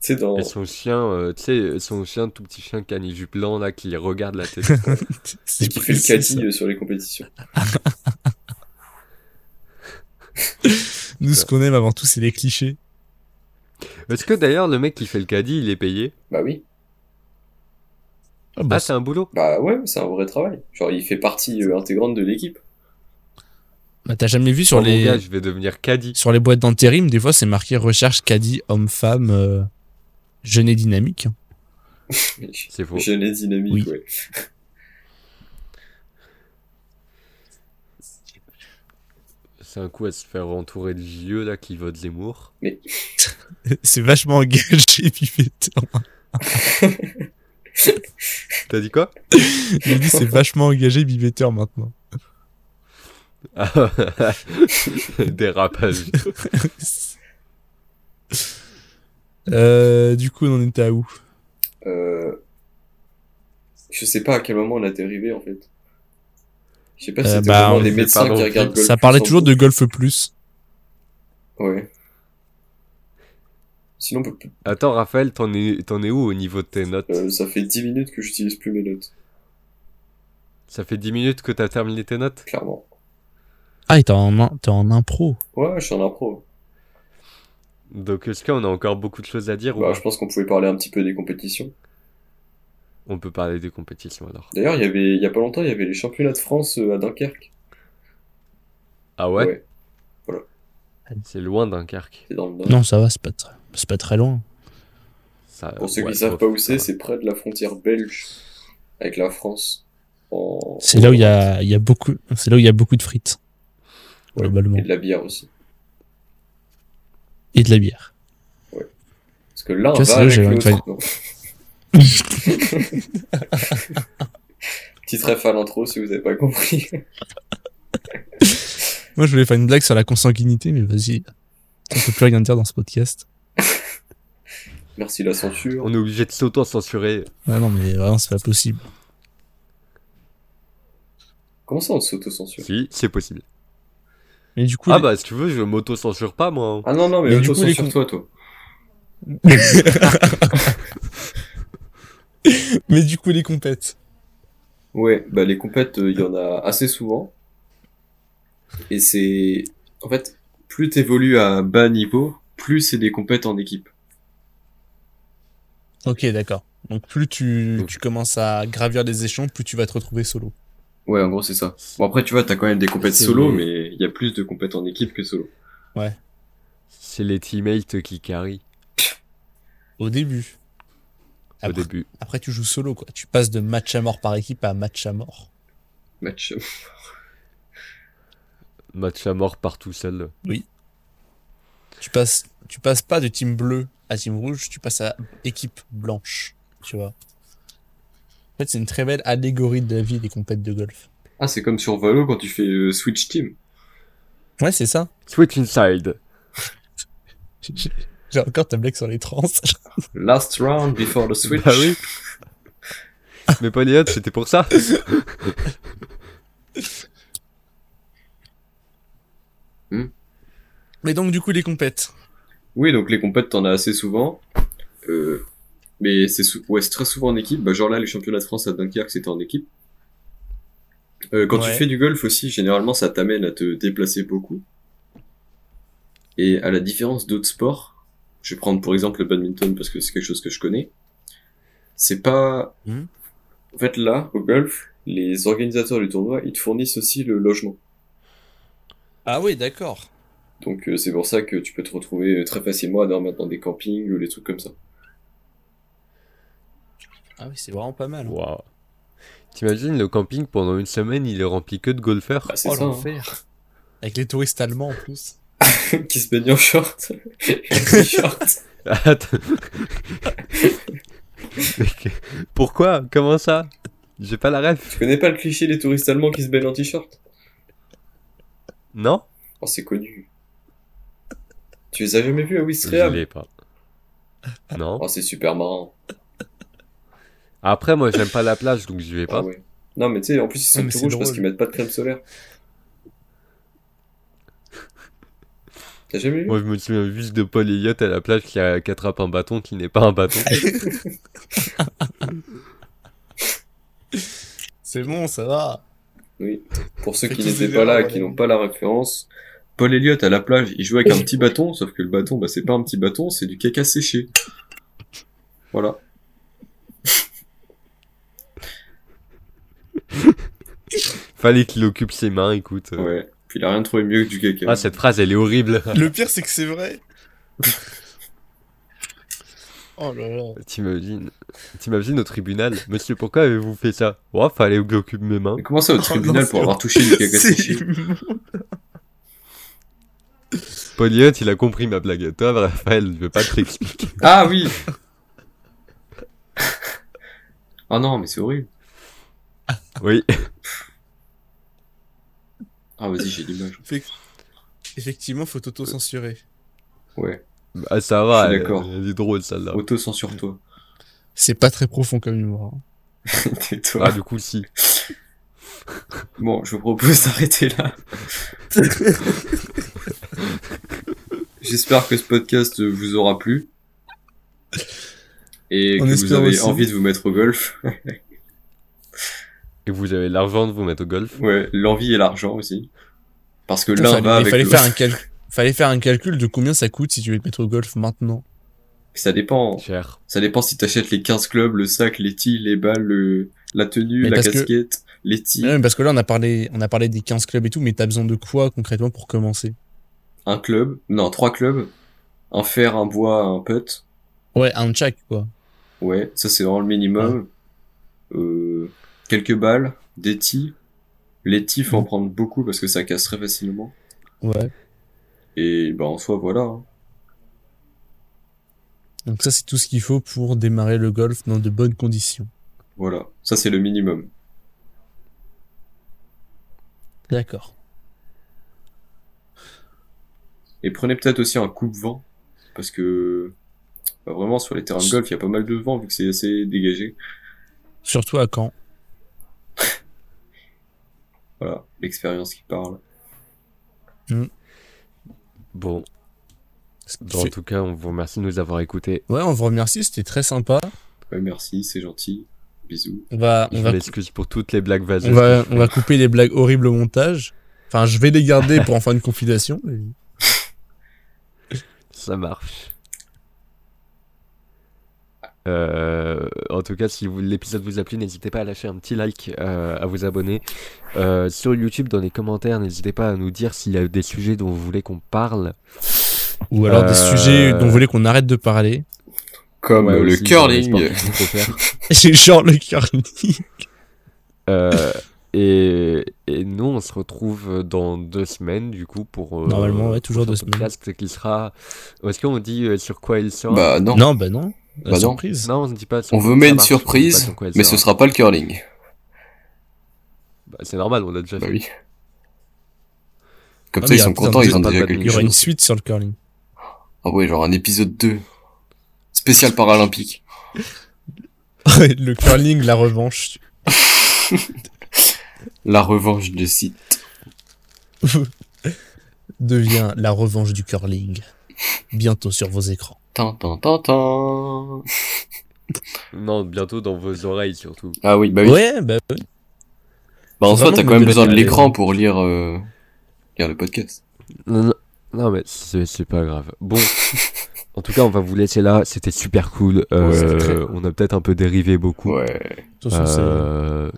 Speaker 1: C'est dans.
Speaker 3: Et son chien, euh, tu sais, son chien, tout petit chien caniju blanc là, qui regarde
Speaker 1: *laughs*
Speaker 3: la télé.
Speaker 2: C'est
Speaker 1: qui fait le
Speaker 2: précis, ça.
Speaker 1: caddie euh, sur les compétitions.
Speaker 2: Nous, ce qu'on aime avant tout, c'est les clichés.
Speaker 3: Est-ce que d'ailleurs le mec qui fait le caddie, il est payé
Speaker 1: Bah oui.
Speaker 2: Ah
Speaker 3: Ah,
Speaker 2: bah,
Speaker 3: c'est un boulot.
Speaker 1: Bah ouais, c'est un vrai travail. Genre, il fait partie euh, intégrante de l'équipe.
Speaker 2: bah, t'as jamais vu sur
Speaker 3: Sur
Speaker 2: les,
Speaker 3: Mon gars, je vais devenir caddie.
Speaker 2: sur les boîtes d'intérim, des fois, c'est marqué recherche caddie homme-femme, euh, jeune et dynamique.
Speaker 3: C'est faux.
Speaker 1: Jeune et dynamique,
Speaker 2: Oui.
Speaker 1: ouais.
Speaker 3: C'est un coup à se faire entourer de vieux là qui votent Zemmour.
Speaker 2: *laughs* C'est vachement engagé, *laughs* pipeteur.
Speaker 3: T'as
Speaker 1: *laughs*
Speaker 3: dit quoi
Speaker 2: Il dit c'est vachement engagé, bivetteur maintenant. *laughs*
Speaker 3: Ah, *laughs* Dérapage.
Speaker 2: euh, du coup, on en était à où
Speaker 1: Euh... Je sais pas à quel moment on a dérivé en fait. Je sais pas si
Speaker 2: Euh,
Speaker 1: c'était
Speaker 2: bah,
Speaker 1: vraiment
Speaker 2: on
Speaker 1: des
Speaker 3: sait
Speaker 1: médecins
Speaker 3: pas non
Speaker 1: qui
Speaker 3: plus.
Speaker 1: regardent Golf
Speaker 2: Ça
Speaker 1: Plus
Speaker 2: parlait
Speaker 1: en
Speaker 2: toujours de
Speaker 1: boucle.
Speaker 2: Golf Plus.
Speaker 1: Ouais. Sinon, on peut-
Speaker 3: Attends, Raphaël, t'en es, t'en es où au niveau de tes notes
Speaker 1: euh, ça fait 10 minutes que j'utilise plus mes notes,
Speaker 3: Ça fait 10 minutes que t'as terminé tes notes
Speaker 1: clairement.
Speaker 2: Ah, et t'es en, in- t'es en impro.
Speaker 1: Ouais, je suis en impro.
Speaker 3: Donc est-ce qu'on a encore beaucoup de choses à dire ou
Speaker 1: Bah,
Speaker 3: pas
Speaker 1: je pense qu'on pouvait parler un petit peu des compétitions.
Speaker 3: On peut parler des compétitions alors.
Speaker 1: D'ailleurs, il y avait, il y a pas longtemps, il y avait les championnats de France euh, à Dunkerque.
Speaker 3: Ah ouais,
Speaker 1: ouais
Speaker 3: C'est loin Dunkerque.
Speaker 1: c'est dans le nord.
Speaker 2: Non, ça va, c'est pas, tr- c'est pas très loin.
Speaker 3: Ça,
Speaker 1: Pour
Speaker 2: Euh,
Speaker 1: ceux
Speaker 3: ouais,
Speaker 1: qui savent
Speaker 3: bof,
Speaker 1: pas où c'est,
Speaker 3: ça
Speaker 1: c'est près de la frontière belge avec la France. en-
Speaker 2: C'est là où il y a, il y a beaucoup, c'est là où il y a beaucoup de frites. Globalement.
Speaker 1: Et de la bière aussi.
Speaker 2: Et de la bière.
Speaker 1: Parce que l'un
Speaker 2: Tu vois, c'est
Speaker 1: va
Speaker 2: là où
Speaker 1: avec
Speaker 2: j'avais envie de
Speaker 1: l'autre. Non. *laughs* Petite ref à l'intro si vous avez pas compris. *laughs*
Speaker 2: Moi, je voulais faire une blague sur la consanguinité, mais vas-y. On peut plus rien dire dans ce podcast.
Speaker 1: Merci la censure.
Speaker 3: On est obligé de s'auto-censurer.
Speaker 2: Ah non, mais vraiment, c'est pas possible.
Speaker 1: Comment ça on s'auto-censure
Speaker 3: Si, c'est possible.
Speaker 2: Mais du coup,
Speaker 3: ah
Speaker 2: les-
Speaker 3: bah si tu veux, je m'auto-censure pas moi. hein.
Speaker 1: Ah non, non, mais
Speaker 2: Mais du coup, les
Speaker 1: auto-censure-toi, toi.
Speaker 2: *laughs* mais du coup, les compètes.
Speaker 1: Ouais, bah les compètes, euh, il y en a assez souvent. Et c'est... En fait, plus t'évolues à bas niveau, plus c'est des compètes en équipe.
Speaker 2: Ok, d'accord. Donc, plus tu,
Speaker 3: Donc-
Speaker 2: tu commences à gravir les échelons, plus tu vas te retrouver solo.
Speaker 1: Ouais, en gros, c'est ça. Bon, après, tu vois, t'as quand même des compètes
Speaker 3: C'est-
Speaker 1: solo, mais il y a plus de compètes en équipe que solo.
Speaker 3: C'est les teammates qui carry
Speaker 2: Au début.
Speaker 3: au
Speaker 2: Après,
Speaker 3: début.
Speaker 2: après, tu joues solo, quoi. Tu passes de match à mort par équipe à match à mort.
Speaker 1: Match.
Speaker 3: Match à mort par tout seul.
Speaker 2: Tu passes, tu passes pas de team bleu à team rouge, tu passes à équipe blanche, tu vois. En fait, c'est une très belle allégorie de la vie des compètes de golf.
Speaker 1: Ah, c'est comme sur Valo quand tu fais euh, Switch Team.
Speaker 2: Ouais, c'est ça.
Speaker 3: Switch inside.
Speaker 2: J'ai encore ta blague sur les trans.
Speaker 1: Last round before the switch.
Speaker 3: Bah oui. *laughs* Mais Polyote, c'était pour ça.
Speaker 2: *laughs* Mais donc, du coup, les compètes.
Speaker 1: Oui, donc les compètes, t'en as assez souvent. Euh, mais c'est sou- ouais, c'est très souvent en équipe. Bah, genre là, les championnats de France à Dunkerque, c'était en équipe. Euh, quand
Speaker 2: Ouais.
Speaker 1: tu fais du golf aussi, généralement, ça t'amène à te déplacer beaucoup. Et à la différence d'autres sports, je vais prendre pour exemple le badminton parce que c'est quelque chose que je connais. C'est pas.
Speaker 3: Hmm.
Speaker 2: Mhm.
Speaker 1: En fait, là, au golf, les organisateurs du tournoi, ils te fournissent aussi le logement.
Speaker 2: Ah oui, d'accord.
Speaker 1: Donc euh, c'est pour ça que tu peux te retrouver euh, très facilement à dormir dans des campings ou des trucs comme ça.
Speaker 2: Ah oui, c'est vraiment pas mal.
Speaker 3: Waouh. T'imagines le camping pendant une semaine, il est rempli que de golfeurs.
Speaker 1: Bah, c'est
Speaker 2: Oh
Speaker 1: ça, hein.
Speaker 2: l'enfer. Avec les touristes allemands en plus.
Speaker 1: *laughs* qui se baigne en *laughs* short. Et en t-shirt.
Speaker 3: *laughs* Attends. Mais que- Pourquoi Comment ça J'ai pas la ref.
Speaker 1: tu connais pas le cliché des touristes allemands qui se baignent en t-shirt
Speaker 3: Non
Speaker 1: Oh, c'est connu. Tu les as jamais vus à
Speaker 3: Je
Speaker 1: Wistreham
Speaker 3: l'ai pas. Non.
Speaker 1: Oh, c'est super marrant.
Speaker 3: Après, moi, j'aime pas la plage, donc j'y vais
Speaker 1: Ah
Speaker 3: pas.
Speaker 1: ouais. Non, mais tu sais, en plus, ils
Speaker 2: Ah,
Speaker 1: sont
Speaker 2: mais
Speaker 1: tout
Speaker 2: c'est
Speaker 1: rouges
Speaker 2: drôle.
Speaker 1: parce qu'ils mettent pas de crème
Speaker 2: *laughs*
Speaker 1: solaire. T'as jamais vu
Speaker 3: Moi, je me souviens juste de Paul Elliott à la plage qui, a- qui attrape un bâton qui n'est pas un bâton.
Speaker 2: C'est bon, ça va.
Speaker 1: Pour ceux
Speaker 2: Fait
Speaker 1: qui
Speaker 2: qu'ils
Speaker 1: n'étaient
Speaker 2: se
Speaker 1: pas là,
Speaker 2: verront,
Speaker 1: qui
Speaker 2: ouais.
Speaker 1: n'ont pas la référence, Paul Elliott à la plage, il jouait avec un
Speaker 2: *laughs*
Speaker 1: petit bâton, sauf que le bâton, bah, c'est pas un petit bâton, c'est du caca séché. Voilà.
Speaker 3: Fallait qu'il occupe ses mains, écoute.
Speaker 2: Euh.
Speaker 1: Ouais. Puis il a rien trouvé mieux que du caca.
Speaker 3: Ah, cette phrase, elle est horrible.
Speaker 2: Le pire, c'est que c'est vrai. *laughs* oh là là.
Speaker 3: T'imagines T'imagines au tribunal Monsieur, pourquoi avez-vous fait ça Oh, fallait que j'occupe mes mains.
Speaker 1: Mais comment ça au tribunal
Speaker 2: *laughs* non,
Speaker 1: pour
Speaker 2: c'est-
Speaker 1: avoir touché du caca
Speaker 2: *laughs*
Speaker 1: séché
Speaker 3: Paul Elliott, il a compris ma blague. Toi, Raphaël, je vais pas te l'expliquer.
Speaker 1: Ah oui *laughs* Ah non, mais c'est horrible.
Speaker 3: Oui.
Speaker 1: Ah vas-y, j'ai l'image.
Speaker 2: Fait- Effectivement, faut t'auto-censurer.
Speaker 1: Ouais.
Speaker 3: Ah, ça va,
Speaker 1: Je suis
Speaker 3: elle,
Speaker 1: d'accord.
Speaker 3: elle est drôle, celle-là. *laughs*
Speaker 1: Auto-censure-toi.
Speaker 2: C'est pas très profond comme humour. hein.
Speaker 3: Ah,
Speaker 1: Tais-toi.
Speaker 3: du coup, si.
Speaker 1: Bon, je vous propose *laughs* d'arrêter là. J'espère que ce podcast vous aura plu. Et
Speaker 2: On
Speaker 1: que vous
Speaker 2: espère
Speaker 1: avez
Speaker 2: aussi.
Speaker 1: envie de vous mettre au golf. *laughs*
Speaker 3: Et vous avez l'argent de vous mettre au golf
Speaker 1: Ouais, l'envie et l'argent aussi. Parce que l'un
Speaker 2: Fallait-
Speaker 1: va
Speaker 2: il
Speaker 1: avec
Speaker 2: fallait
Speaker 1: l'autre.
Speaker 2: faire, un cal- fallait faire un calcul de combien ça coûte si tu veux te mettre au golf maintenant.
Speaker 1: Ça dépend.
Speaker 3: Cher.
Speaker 1: Ça dépend si t'achètes les 15 clubs, le sac, les tilles, les balles, le- la tenue,
Speaker 2: Mais
Speaker 1: la
Speaker 2: parce que-
Speaker 1: casquette, les tilles,
Speaker 2: Ouais, parce que là, on a, parlé, on a parlé des 15 clubs et tout, mais t'as besoin de quoi concrètement pour commencer
Speaker 1: un club, non, trois clubs, un fer, un bois, un putt.
Speaker 2: Ouais, un de chaque, quoi.
Speaker 1: Ouais, ça c'est vraiment le minimum. Euh, quelques balles, des tilles. Les tilles, faut en prendre beaucoup parce que ça casse très facilement.
Speaker 2: Ouais.
Speaker 1: Et bah en soi, voilà. hein.
Speaker 2: Donc ça, c'est tout ce qu'il faut pour démarrer le golf dans de bonnes conditions.
Speaker 1: Voilà, ça c'est le minimum.
Speaker 2: D'accord.
Speaker 1: Et prenez peut-être aussi un coupe-vent parce que bah, vraiment sur les terrains de golf, il y a pas mal de vent vu que c'est assez dégagé.
Speaker 2: Surtout à Caen.
Speaker 1: Voilà, l'expérience qui parle.
Speaker 3: Bon,
Speaker 2: C'est-
Speaker 3: en tout cas, on vous remercie de nous avoir écoutés.
Speaker 2: Ouais, on vous remercie, c'était très sympa.
Speaker 1: Ouais, merci, c'est gentil. Bisous.
Speaker 2: On va, on
Speaker 3: Je
Speaker 2: va,
Speaker 3: m'excuse pour toutes les blagues vaseuses.
Speaker 2: on va, on va couper les blagues horribles au montage. Enfin, je vais les garder pour en faire une compilation. mais-
Speaker 3: Ça marche. Euh, en tout cas, si vous- l'épisode vous a plu, n'hésitez pas à lâcher un petit like, euh, à vous abonner. Euh, sur YouTube, dans les commentaires, n'hésitez pas à nous dire s'il y a des sujets dont vous voulez qu'on parle.
Speaker 2: Ou alors des
Speaker 3: Euh,
Speaker 2: sujets dont vous voulez qu'on arrête de *laughs* parler.
Speaker 1: Comme
Speaker 3: Ouais,
Speaker 1: le
Speaker 3: aussi, dans les sports
Speaker 1: curling.
Speaker 3: qu'il faut faire.
Speaker 2: J'ai genre le curling.
Speaker 3: Euh, et, et nous, on se retrouve dans deux semaines, du coup, pour.
Speaker 2: *laughs*
Speaker 3: euh,
Speaker 2: Normalement, ouais, toujours
Speaker 3: pour
Speaker 2: deux
Speaker 3: ce podcast qui sera. Est-ce qu'on dit euh, sur quoi il sera
Speaker 1: Bah non,
Speaker 2: Non, bah non. La
Speaker 1: Bah non.
Speaker 2: surprise.
Speaker 3: Non, on ne dit pas. sur-
Speaker 1: on veut
Speaker 3: ça
Speaker 1: mettre une
Speaker 3: marche, Ah, bah, on dit pas
Speaker 1: surprise,
Speaker 3: sur quoi il
Speaker 1: mais ce sera pas le curling.
Speaker 3: Bah, c'est Ah, normal, on l'a déjà
Speaker 1: Bah
Speaker 3: fait.
Speaker 1: oui. Comme
Speaker 2: Ah,
Speaker 1: ça,
Speaker 2: mais
Speaker 1: ils
Speaker 2: y a
Speaker 1: sont
Speaker 2: putain de
Speaker 1: contents, ils
Speaker 2: gens
Speaker 1: ont
Speaker 3: pas
Speaker 1: déjà
Speaker 3: de
Speaker 2: Il y
Speaker 1: quelque
Speaker 2: aura une
Speaker 1: chose.
Speaker 2: *laughs* suite sur le curling.
Speaker 1: Ah ouais, genre un épisode 2. Spécial paralympique.
Speaker 2: le curling, la revanche.
Speaker 1: La revanche de Sith.
Speaker 2: devient la revanche du curling. Bientôt sur vos écrans.
Speaker 1: Tan, tan, tan, tan.
Speaker 3: Non, bientôt dans vos oreilles surtout.
Speaker 1: Ah oui, bah oui.
Speaker 2: Ouais, bah oui.
Speaker 1: bah en
Speaker 2: c'est
Speaker 1: soi,
Speaker 2: vraiment
Speaker 1: t'as quand même
Speaker 2: le modèle
Speaker 1: besoin de
Speaker 2: à la
Speaker 1: l'écran
Speaker 2: maison.
Speaker 1: pour lire, euh, lire le podcast.
Speaker 3: Non, non, non, mais c'est c'est pas grave. *laughs* Bon, en tout cas, on va vous laisser là. C'était super cool. Euh,
Speaker 1: Ouais, c'était très-
Speaker 3: on a peut-être un peu dérivé beaucoup.
Speaker 1: Ouais.
Speaker 2: De toute façon, c'est-
Speaker 3: Euh,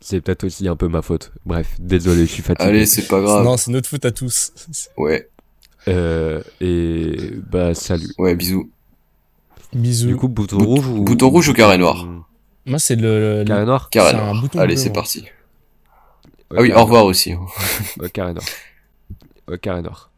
Speaker 3: c'est peut-être aussi un peu ma faute. Bref, désolé, je suis fatigué.
Speaker 1: Allez, c'est pas grave.
Speaker 2: Non, c'est notre faute à tous. *laughs*
Speaker 1: Ouais,
Speaker 3: Euh, et bah salut.
Speaker 1: ouais, bisous.
Speaker 2: Bisous.
Speaker 3: Du coup, bouton
Speaker 1: Bout-
Speaker 3: rouge ou
Speaker 1: bouton rouge ou carré noir
Speaker 2: Moi, c'est le. le-
Speaker 3: Carré noir.
Speaker 2: c'est
Speaker 1: Carré
Speaker 2: un
Speaker 1: noir.
Speaker 2: bouton
Speaker 1: Allez,
Speaker 2: bleu,
Speaker 1: c'est
Speaker 2: hein.
Speaker 1: parti.
Speaker 3: Ouais,
Speaker 1: Ah oui,
Speaker 3: carré
Speaker 1: au revoir aussi. hein.
Speaker 3: noir. Ouais, Carré noir. Ouais, Carré noir.